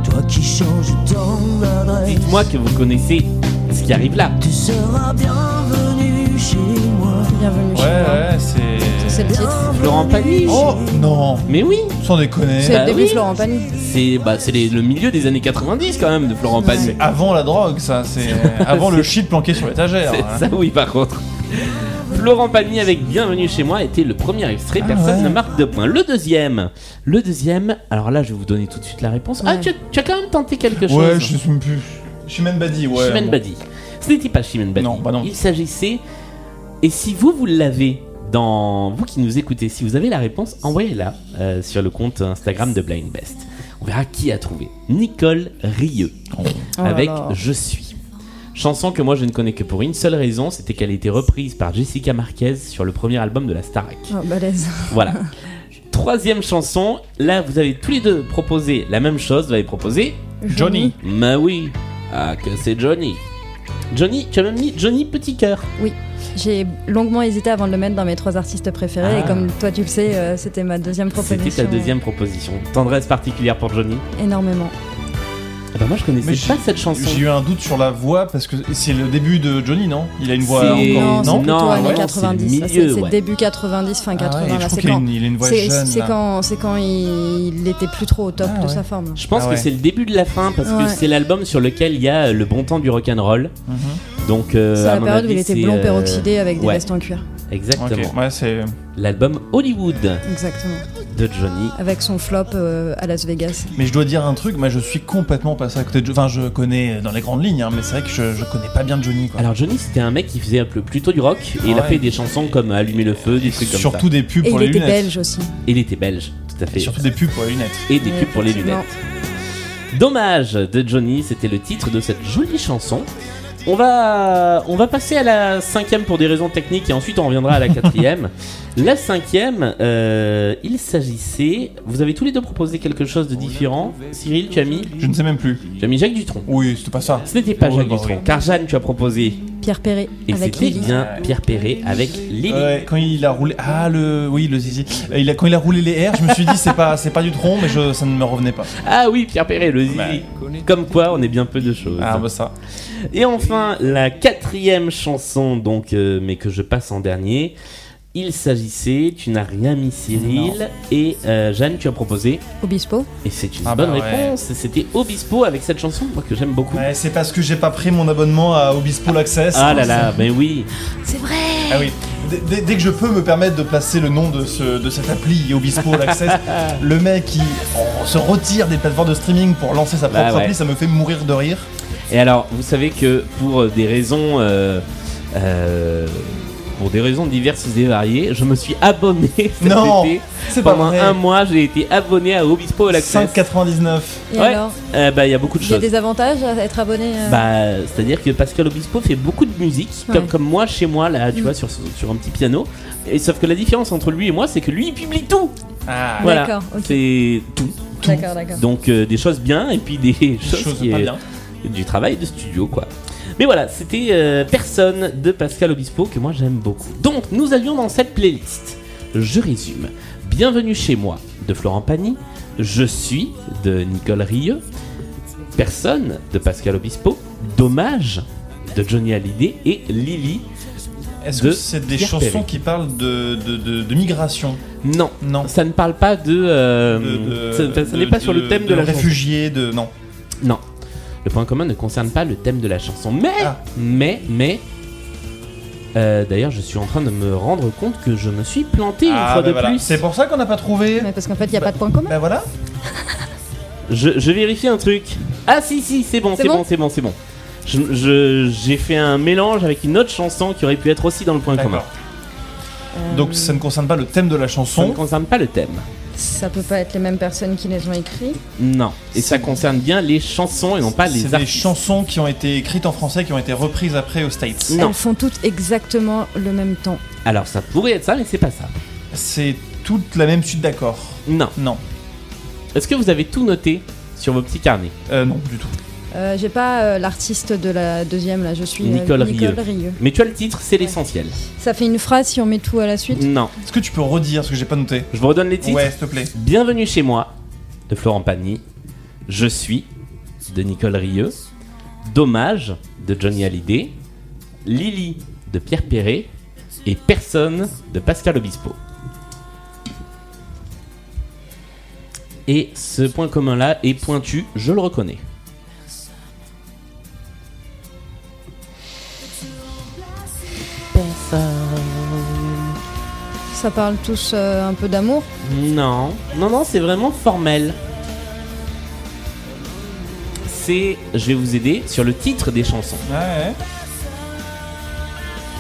toi qui changes ton adresse, Dites-moi que vous connaissez ce qui arrive là. tu seras bienvenu chez moi. Bienvenue Ouais, ouais, c'est. C'est le titre. Florent Pagny. Oh non Mais oui Sans déconner. Bah C'est le début de Florent Pagny. C'est bah, c'est les- le milieu des années 90 quand même de Florent Pagny. C'est Bah, avant la drogue, ça. C'est avant le shit planqué sur l'étagère. C'est hein. ça oui par contre. Florent Pagny avec Bienvenue chez moi était le premier extrait, Ah personne ouais. ne marque de point. Le deuxième, le deuxième, alors là je vais vous donner tout de suite la réponse. Ah Ouais. tu as, tu as quand même tenté quelque chose. Ouais, je suis même plus. Chimène Badi, ouais. Chimène bon. bah Badi. Ce n'était pas Chimène Badi. Il s'agissait. Et si vous, vous l'avez dans. Vous qui nous écoutez, si vous avez la réponse, envoyez-la euh, sur le compte Instagram de Blind Best. On verra qui a trouvé. Nicole Rieux. Oh là avec là. Je suis. Chanson que moi je ne connais que pour une seule raison, c'était qu'elle a été reprise par Jessica Marquez sur le premier album de la Starac. Oh, balèze. Voilà. Troisième chanson, là vous avez tous les deux proposé la même chose, vous avez proposé Johnny. Bah oui, ah que c'est Johnny. Johnny, tu as même mis Johnny Petit Cœur. Oui, j'ai longuement hésité avant de le mettre dans mes trois artistes préférés. Ah. Et comme toi, tu le sais, euh, c'était ma deuxième proposition. C'était ta deuxième proposition. Tendresse particulière pour Johnny. Énormément. Ah bah moi je connaissais Mais pas cette chanson. J'ai eu un doute sur la voix parce que c'est le début de Johnny, non Il a une voix C'est- encore non, c'est plutôt années ouais. 90, ça, c'est c'est début 90, fin 80. Ah ouais, je là, crois c'est qu'il a quand- une- il a une voix c'est- jeune, C'est là. Ah quand, c'est quand il, il était plus trop au top de sa forme. Je pense que c'est le début de la fin parce Ouais. que c'est l'album sur lequel il y a euh, le bon temps du rock and roll. Donc euh, C'est la à mon période où avis, il était c'est, blond euh, peroxydé avec des ouais. vestes en cuir. Exactement. Ok, ouais, c'est l'album Hollywood Exactement. de Johnny. Avec son flop euh, à Las Vegas. Mais je dois dire un truc, moi je suis complètement passé à côté de Enfin, je connais dans les grandes lignes, hein, mais c'est vrai que je, je connais pas bien Johnny. Quoi. Alors Johnny, c'était un mec qui faisait un peu- plutôt du rock et il a Ouais. fait des chansons comme Allumer le feu, des trucs comme ça. surtout des pubs Et il était belge aussi. Et il était belge, tout à fait. Et surtout des pubs pour les lunettes. Et des pubs pour les Effectivement. lunettes. Dommage de Johnny, c'était le titre de cette jolie chanson. On va, on va passer à la cinquième pour des raisons techniques et ensuite on reviendra à la quatrième. la cinquième, euh, il s'agissait. Vous avez tous les deux proposé quelque chose de différent. Cyril, tu as mis Je ne sais même plus. Tu as mis Jacques Dutronc. Oui, c'était pas ça. Ce n'était pas Oui, Jacques bah Dutronc. oui. Car Jeanne, tu as proposé. Pierre Perret Et avec c'était Lily. bien Pierre Perret avec Lily. Ouais, quand il a roulé, ah le, oui le zizi. Euh, Il a, quand il a roulé les airs, je me suis dit c'est pas, c'est pas du tronc, mais je, ça ne me revenait pas. Ah oui, Pierre Perret, le zizi. Comme quoi, on est bien peu de choses. Ah, bah ça. Et enfin, la quatrième chanson, donc, euh, mais que je passe en dernier. Il s'agissait, tu n'as rien mis Cyril, Non. et euh, Jeanne, tu as proposé. Obispo. Et c'est une Ah bah bonne ouais. réponse. C'était Obispo avec cette chanson, moi que j'aime beaucoup. Ouais, c'est parce que j'ai pas pris mon abonnement à Obispo l'Access. Ah là là, mais oui. C'est vrai. Ah oui. Dès- Dès, dès que je peux me permettre de placer le nom de, ce, de cette appli Obispo l'Access, le mec qui oh, se retire des plateformes de streaming pour lancer sa Bah propre ouais. appli, ça me fait mourir de rire. Et alors, vous savez que pour euh, des raisons, euh, euh, pour des raisons diverses et variées, je me suis abonné cet Non, été. c'est pas Pendant vrai. un mois, j'ai été abonné à Obispo All Access. 5,99. Et ouais. alors Euh, bah, il y a beaucoup de Il y a choses. des avantages à être abonné euh, Bah, c'est-à-dire que Pascal Obispo fait beaucoup de musique, Ouais. comme, comme moi chez moi là, tu Mm. vois, sur, sur un petit piano. Et sauf que la différence entre lui et moi, c'est que lui, il publie tout. Ah. voilà, D'accord, ok. c'est tout. tout. D'accord, d'accord. Donc euh, des choses bien et puis des, choses, choses qui pas est- bien. du travail de studio quoi. Mais voilà, c'était euh, personne de Pascal Obispo que moi j'aime beaucoup. Donc nous avions dans cette playlist, je résume, Bienvenue chez moi de Florent Pagny, Je suis de Nicole Rieux, Personne de Pascal Obispo, Dommage de Johnny Hallyday et Lily. Est-ce de que c'est des Pierre chansons Perret. qui parlent de, de, de- de migration Non, non, ça ne parle pas de. euh, De- de- ça- ça de- n'est pas sur de- le thème de, de la réfugié, de non. Ah. Non, le point commun ne concerne pas le thème de la chanson, mais mais mais Euh, D'ailleurs, je suis en train de me rendre compte que je me suis planté une Ah, fois bah de voilà. plus. C'est pour ça qu'on n'a pas trouvé. Mais parce qu'en fait, il n'y a pas de point commun. Bah voilà. Je, je vérifie un truc. Ah si si, c'est bon, C'est c'est bon bon, c'est bon, c'est bon. Je- je- J'ai fait un mélange avec une autre chanson qui aurait pu être aussi dans le point commun. Donc ça ne concerne pas le thème de la chanson. Ça ne concerne pas le thème. Ça peut pas être les mêmes personnes qui les ont écrits. Non. Et ça concerne bien les chansons et non pas les C'est des artistes. chansons qui ont été écrites en français qui ont été reprises après aux States. Mm. Elles font toutes exactement le même temps. Alors ça pourrait être ça, mais c'est pas ça. C'est toute la même suite d'accords. Non. Non. Est-ce que vous avez tout noté sur vos petits carnets Non, du tout. Euh, J'ai pas euh, l'artiste de la deuxième là, je suis euh, Nicole, Rieu. Rieu. Mais tu as le titre, c'est l'essentiel. Ça fait une phrase si on met tout à la suite. Non. Est-ce que tu peux redire ce que j'ai pas noté Je vous redonne les titres. Ouais, s'il te plaît. Bienvenue chez moi de Florent Pagny. Je suis de Nicole Rieu. Dommage de Johnny Hallyday. Lily de Pierre Perret. Et Personne de Pascal Obispo. Et ce point commun-là est pointu, je le reconnais. Mm. Ça parle tous euh, un peu d'amour. Non, non, non, c'est vraiment formel. C'est, je vais vous aider sur le titre des chansons. Ouais.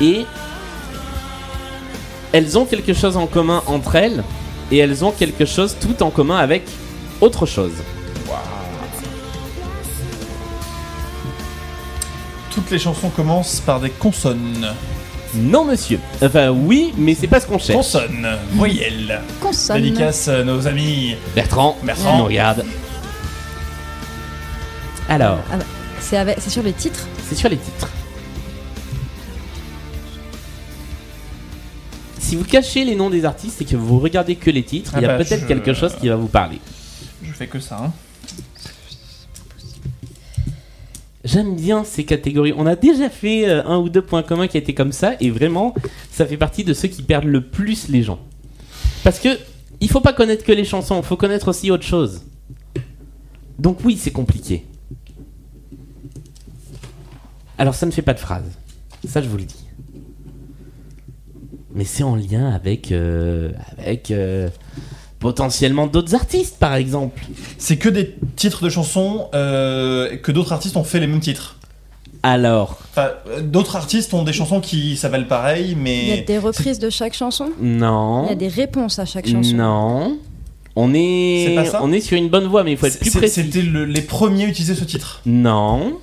Et elles ont quelque chose en commun entre elles et elles ont quelque chose tout en commun avec autre chose. Toutes les chansons commencent par des consonnes. Non, monsieur. Enfin, oui, mais c'est pas ce qu'on cherche. Consonnes, voyelles. Consonnes. Dédicace à nos amis. Bertrand, Bertrand. qui nous regarde. Alors, Ah bah, c'est avec- c'est sur les titres. c'est sur les titres. Si vous cachez les noms des artistes et que vous regardez que les titres, Ah il y a bah, peut-être je- quelque chose qui va vous parler. Je fais que ça. hein. J'aime bien ces catégories. On a déjà fait euh, un ou deux points communs qui étaient comme ça, et vraiment, ça fait partie de ceux qui perdent le plus les gens. Parce que il faut pas connaître que les chansons, faut connaître aussi autre chose. Donc oui, c'est compliqué. Alors ça ne fait pas de phrase, ça je vous le dis. Mais c'est en lien avec euh, avec euh, potentiellement d'autres artistes, par exemple. C'est que des titres de chansons euh, que d'autres artistes ont fait les mêmes titres. Alors, Enfin, euh, d'autres artistes ont des chansons qui s'appellent pareil, Il y a mais des reprises de chaque chanson. non. Il y a des réponses à chaque chanson. Non. On est... C'est pas ça on est sur une bonne voie, mais il faut être plus c'est- précis. c'était le- les premiers à utiliser ce titre. Non.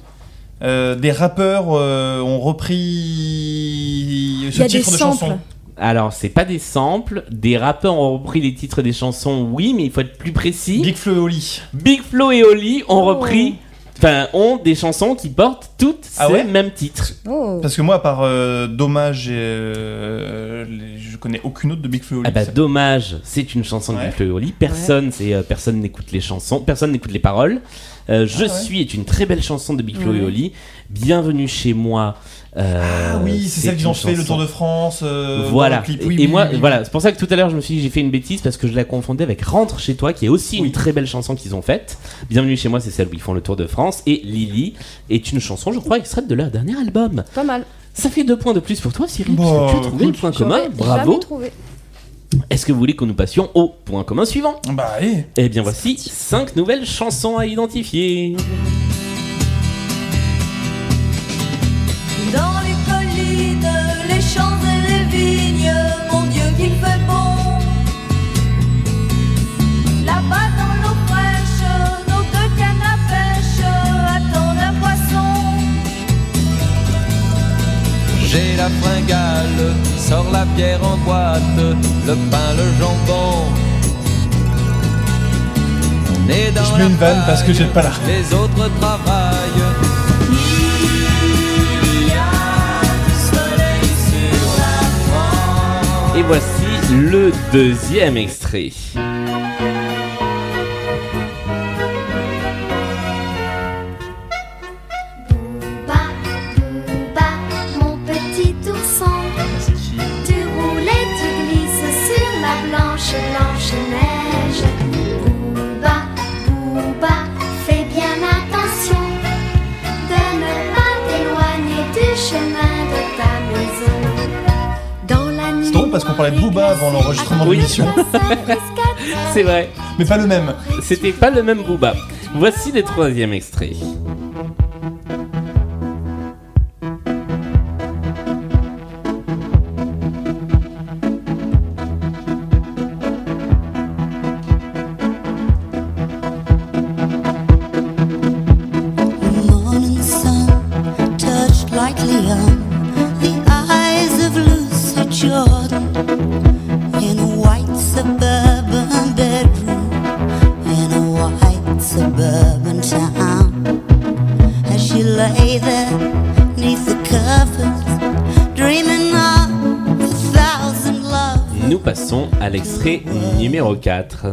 Euh, des rappeurs euh, ont repris Il y ce a des titre de chanson. samples. Alors, c'est pas des samples. Des rappeurs ont repris les titres des chansons, oui, mais il faut être plus précis. Big Oh. Flo et Oli. Big Flo et Oli ont repris. Enfin, ont des chansons qui portent toutes Ah ces ouais mêmes titres. Oh. Parce que moi, à part euh, Dommage, et, euh, les- je connais aucune autre de Big Flo et Oli. Ah bah, Ça- dommage, c'est une chanson de Ouais. Big Flo et Oli. Personne, c'est, euh, personne n'écoute les chansons, personne n'écoute les paroles. Euh, Je Ah ouais. suis est une très belle chanson de Big Flo et Ouais. Oli. Bienvenue chez moi. euh, Ah oui, c'est celle qu'ils ont une fait le chanson- Tour de France. euh, dans voilà. le clip. Et- Oui, et oui, moi, oui, oui. voilà, c'est pour ça que tout à l'heure je me suis dit j'ai fait une bêtise parce que je la confondais avec Rentre chez toi, qui est aussi une très belle chanson qu'ils ont faite. Bienvenue chez moi, c'est celle où ils font le tour de France. Et Lily est une chanson, je crois, extraite de leur dernier album. Pas mal. Ça fait deux points de plus pour toi, Cyril, Bah, puisque tu as trouvé le écoute, point commun. J'aurais jamais Bravo. trouvé. Est-ce que vous voulez que nous passions au point commun suivant Bah allez. Eh bien, voici cinq nouvelles chansons à identifier. Dans les collines, les champs et les vignes, mon Dieu qu'il fait bon. Là-bas dans l'eau fraîche, nos deux cannes à pêche attendent un poisson. J'ai la fringale, sors la bière en boîte, le pain, le jambon. On est dans Je mets une vanne parce que j'ai pas la. les autres travaillent. Il y a soleil sur la France. Et voici le deuxième extrait. Bas, bas, mon petit ourson, tu roules et tu glisses sur la blanche, blanche neige. Bas, bas, fais bien attention de ne pas t'éloigner du chemin de ta maison. parce qu'on parlait de Booba avant l'enregistrement de l'émission. C'est vrai. Mais pas le même. C'était pas le même Booba. Voici les troisième extraits. morning sun touched like Leon the eyes of Lucy Jordan in a white suburban bedroom in a white suburban town as she lay there neath the covers dreaming of a thousand loves. Nous passons à l'extrait numéro 4.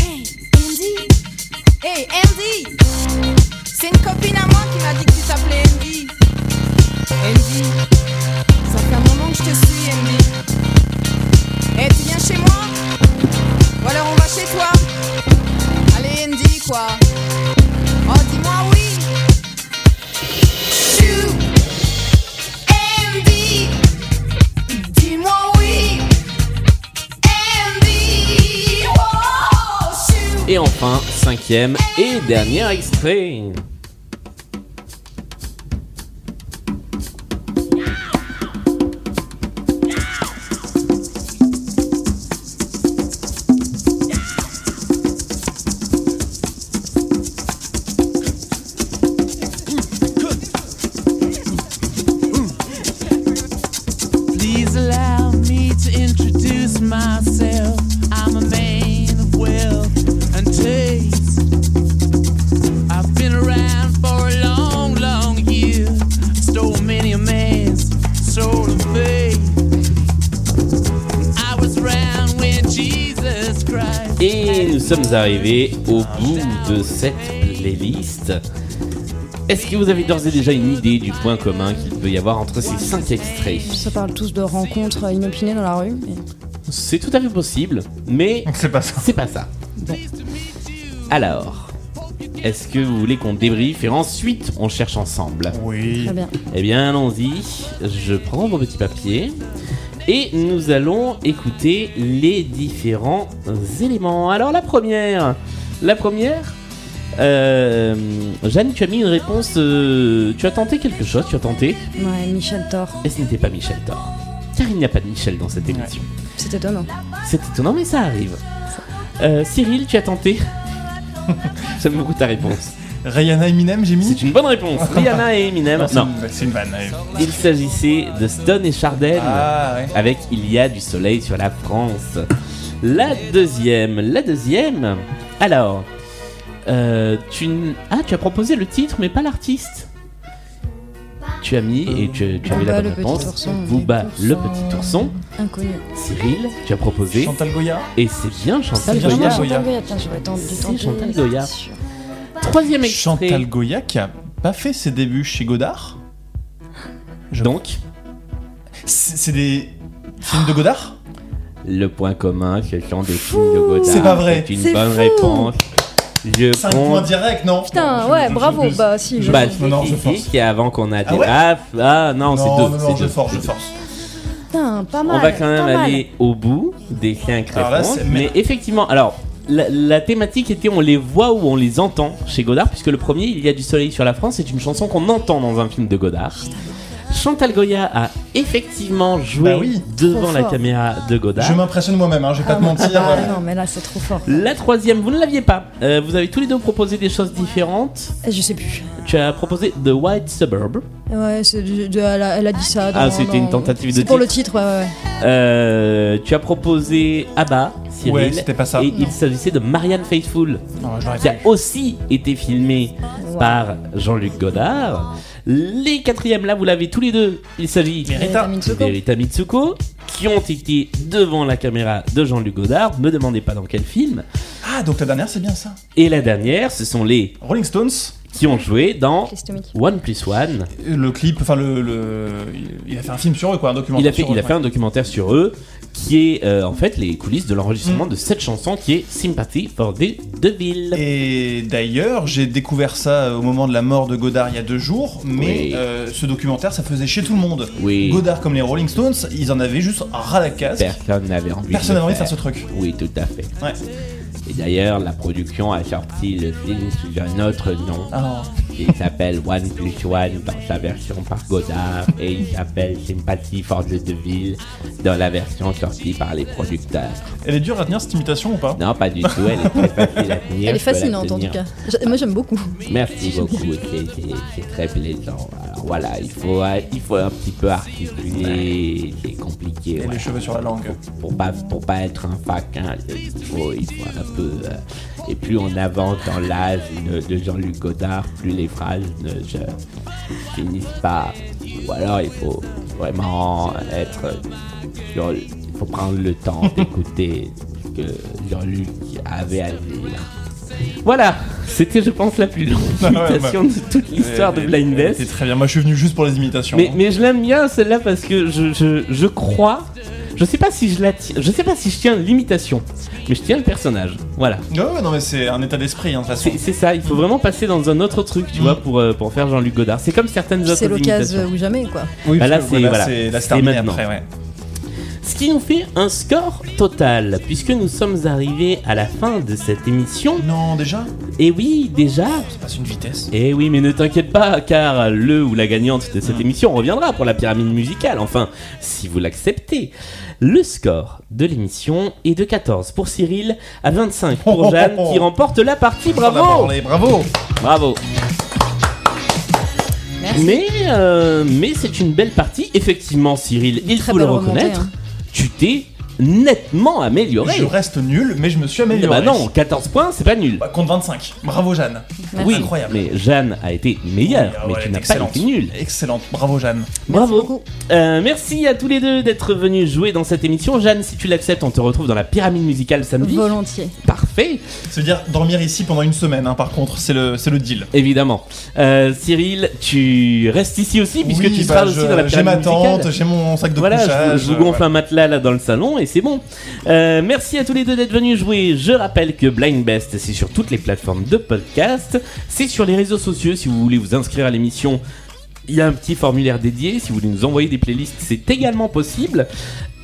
Andy Hey Andy C'est une copine à moi qui m'a dit que tu t'appelais Andy. Andy, ça fait un moment que je te suis Andy. Eh tu viens chez moi Ou alors on va chez toi Allez Andy quoi Oh dis-moi oui Chou Andy Dis-moi oui Andy Oh chou Et enfin, cinquième et dernier extrait. Please allow me to introduce myself. I'm a man of wealth and taste. I've been around for a long, long year. Stole many a man's soul of faith. I was around when Jesus Christ. Et nous sommes arrivés au bout de cette playlist. Est-ce que vous avez d'ores et déjà une idée du point commun qu'il peut y avoir entre ces cinq extraits Ça parle tous de rencontres inopinées dans la rue. mais- C'est tout à fait possible, mais c'est pas ça. C'est pas ça. Alors, est-ce que vous voulez qu'on débriefe et ensuite on cherche ensemble Oui. Très bien. Eh bien, allons-y. Je prends mon petit papier et nous allons écouter les différents éléments. Alors, la première, la première. euh, Jeanne, tu as mis une réponse. euh, tu as tenté quelque chose. Tu as tenté. Ouais, Michel Thor. Et ce n'était pas Michel Thor. Car il n'y a pas de Michel dans cette émission. C'est étonnant. C'est étonnant, mais ça arrive. Euh, Cyril, tu as tenté J'aime beaucoup ta réponse. Rihanna Eminem, j'ai mis C'est une bonne réponse. Rihanna et Eminem. Non, c'est Non. une- C'est une vanne. ouais. Il s'agissait de Stone et Chardin Ah, ouais. avec Il y a du soleil sur la France. La deuxième, la deuxième. Alors, euh, tu n- ah tu as proposé le titre mais pas l'artiste. Tu as mis et tu, tu as mis Booba, la le bonne petit réponse. ourson, Booba, le petit ourson. Inconnu. Cyril, tu as proposé. Chantal Goya. Et Oh, c'est bien Chantal C'est vraiment Goya. Chantal Goya, tiens, j'aurais tendu C'est Chantal Goya. Troisième extrait. Chantal Goya qui a pas fait ses débuts chez Godard. Donc C'est c'est des films de Godard Le point commun, ce sont des films de Godard. C'est pas vrai. C'est une C'est bonne fou. réponse. Je Cinq compte- points directs, non Putain, ouais, bravo. Bah si. je- Bah, c'est non, je Kiki force. qui est avant qu'on a Ah des- ouais ah, f- ah, non, c'est Non, deux. non, c'est non, deux, je force, c'est je deux. force. Putain, pas mal. On va quand même pas mal. aller au bout des cinq Alors là, réponses. c'est- mais effectivement, alors, la, la thématique était on les voit ou on les entend chez Godard, puisque le premier, Il y a du soleil sur la France, c'est une chanson qu'on entend dans un film de Godard. Chantal Goya a effectivement joué Bah oui. devant Trop la fort. caméra de Godard. Je m'impressionne moi-même, hein, je vais pas te mentir. Ah non, mais là c'est trop fort. La troisième, vous ne l'aviez pas. Euh, vous avez tous les deux proposé des choses différentes. Je sais plus. Tu as proposé The White Suburb. Ouais, c'est du- de- elle, a, elle a dit ça. Ah, dans- c'était une dans- tentative de C'est pour titre. le titre, ouais, ouais. Euh, tu as proposé Abba, Cyril. Ouais, c'était pas ça. Et il s'agissait de Marianne Faithful, j'aurais qui a aussi été filmée Wow. par Jean-Luc Godard. Les quatrièmes, là, vous l'avez tous les deux. Il s'agit Rita. d'Erita Mitsuko, qui ont été devant la caméra de Jean-Luc Godard. Me demandez pas dans quel film. Ah, donc la dernière, c'est bien ça. Et la dernière, ce sont les Rolling Stones qui ont joué dans Clistomique. One Plus One. Le clip, enfin le, le- Il a fait un film sur eux, quoi, un documentaire. Il a fait, sur il eux, a fait ouais. un documentaire sur eux qui est euh, en fait les coulisses de l'enregistrement de cette chanson qui est Sympathy for the Devil. Mm. Et d'ailleurs, j'ai découvert ça au moment de la mort de Godard il y a deux jours, mais Oui. euh, ce documentaire, ça faisait chez tout le monde. Oui. Godard, comme les Rolling Stones, ils en avaient juste ras la casque. Personne n'avait envie, Personne de, n'avait envie de faire ce truc. Oui, tout à fait. Ouais. Et d'ailleurs, la production a sorti le film sous un autre nom. Ah. Il s'appelle One Plus One dans sa version par Godard et il s'appelle Sympathy for the Devil dans la version sortie par les producteurs. Elle est dure à tenir cette imitation ou pas Non, pas du tout, elle est très facile à tenir. Elle est je peux la fascinante en tout tenir. cas. J'a- Moi j'aime beaucoup. Merci beaucoup, c'est- c'est c'est très plaisant. Alors voilà, il faut, euh, il faut un petit peu articuler, c'est compliqué. Et les cheveux sur la langue. Pour, pas, pour pas être un faquin, il faut, il faut un peu. euh, et plus on avance dans l'âge de, de Jean-Luc Godard, plus les phrases ne se finissent pas. Ou alors il faut vraiment être. sur- il faut prendre le temps d'écouter ce que Jean-Luc avait à dire. Voilà, c'était je pense la plus longue imitation de toute l'histoire de Blind Best. C'est très bien, moi je suis venu juste pour les imitations. Mais, mais je l'aime bien celle-là parce que je, je, je crois. Je sais pas si je la tiens. Je sais pas si je tiens l'imitation, mais je tiens le personnage. Voilà. Ouais, ouais, non, mais c'est un état d'esprit, hein, de toute façon. C'est ça, il faut vraiment passer dans un autre truc, tu vois, pour, euh, pour faire Jean-Luc Godard. C'est comme certaines autres C'est l'occasion imitations. ou jamais quoi. Oui, Bah là, parce que c'est- voilà, voilà, c'est- là, c'est c'est terminé maintenant. après, ouais. Ce qui nous fait un score total, puisque nous sommes arrivés à la fin de cette émission. Non, déjà Et oui, déjà Ça passe une vitesse. Et Eh oui, mais ne t'inquiète pas, car le ou la gagnante de cette émission reviendra pour la pyramide musicale, enfin, si vous l'acceptez. Le score de l'émission est de 14 pour Cyril, à 25 pour Jeanne, qui remporte la partie, bravo Bravo Bravo Mais, euh, mais c'est une belle partie, effectivement, Cyril, il faut le belle remontée, reconnaître, hein. tu t'es nettement amélioré. Je reste nul, mais je me suis amélioré. Bah non, 14 points, c'est pas nul. Bah, compte 25. Bravo, Jeanne. Oui, Incroyable. mais Jeanne a été meilleure, mais Ah elle tu est n'as pas excellente. été nulle. Excellente. Bravo, Jeanne. Bravo. Euh, merci à tous les deux d'être venus jouer dans cette émission. Jeanne, si tu l'acceptes, on te retrouve dans la pyramide musicale samedi. Volontiers. Parfait. Ça veut dire dormir ici pendant une semaine, hein, par contre, c'est le, c'est le deal. Évidemment. Euh, Cyril, tu restes ici aussi puisque Oui, tu bah, seras je- aussi dans la j'ai ma pyramide tente, musicale. j'ai mon sac de voilà, couchage, je vous, je vous gonfle euh, un matelas là dans le salon et c'est bon. Euh, merci à tous les deux d'être venus jouer. Je rappelle que Blind Best, c'est sur toutes les plateformes de podcast. C'est sur les réseaux sociaux si vous voulez vous inscrire à l'émission. Il y a un petit formulaire dédié. Si vous voulez nous envoyer des playlists, c'est également possible.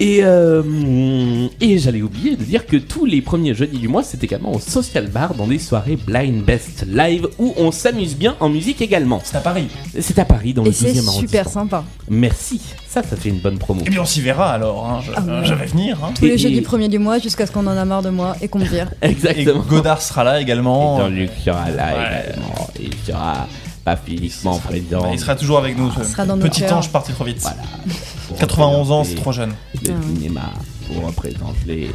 Et, euh, et j'allais oublier de dire que tous les premiers jeudis du mois, c'est également au Social Bar dans des soirées Blind Best Live où on s'amuse bien en musique également. C'est à Paris. C'est à Paris dans Et le c'est 12e arrondissement. super sympa. Merci, ça, ça fait une bonne promo. Eh bien, on s'y verra alors. hein. Je, Ah oui. je vais venir. hein. Tous les jeudis premiers du mois jusqu'à ce qu'on en a marre de moi et qu'on me vire. Exactement. Et Godard sera là également. Et Jean-Luc sera là également. Il sera pas physiquement présent. Bah, Il sera toujours avec nous. ce Ah, sera dans nos Petit cœurs. ange parti trop vite. 91 ans, c'est trop jeune. Le Ah ouais. cinéma pour représenter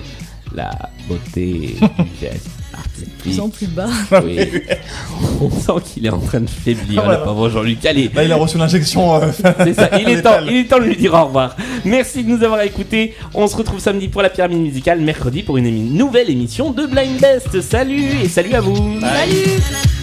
la beauté du geste De artistique. plus en plus bas. Oui. On sent qu'il est en train de faiblir, Ah, le voilà. pauvre Jean-Luc. Allez. Là, il a reçu l'injection. euh, C'est ça, il est, temps, létale. il est temps de lui dire au revoir. Merci de nous avoir écoutés. On se retrouve samedi pour la pyramide musicale, mercredi pour une émi- nouvelle émission de Blind Best. Salut et salut à vous. Salut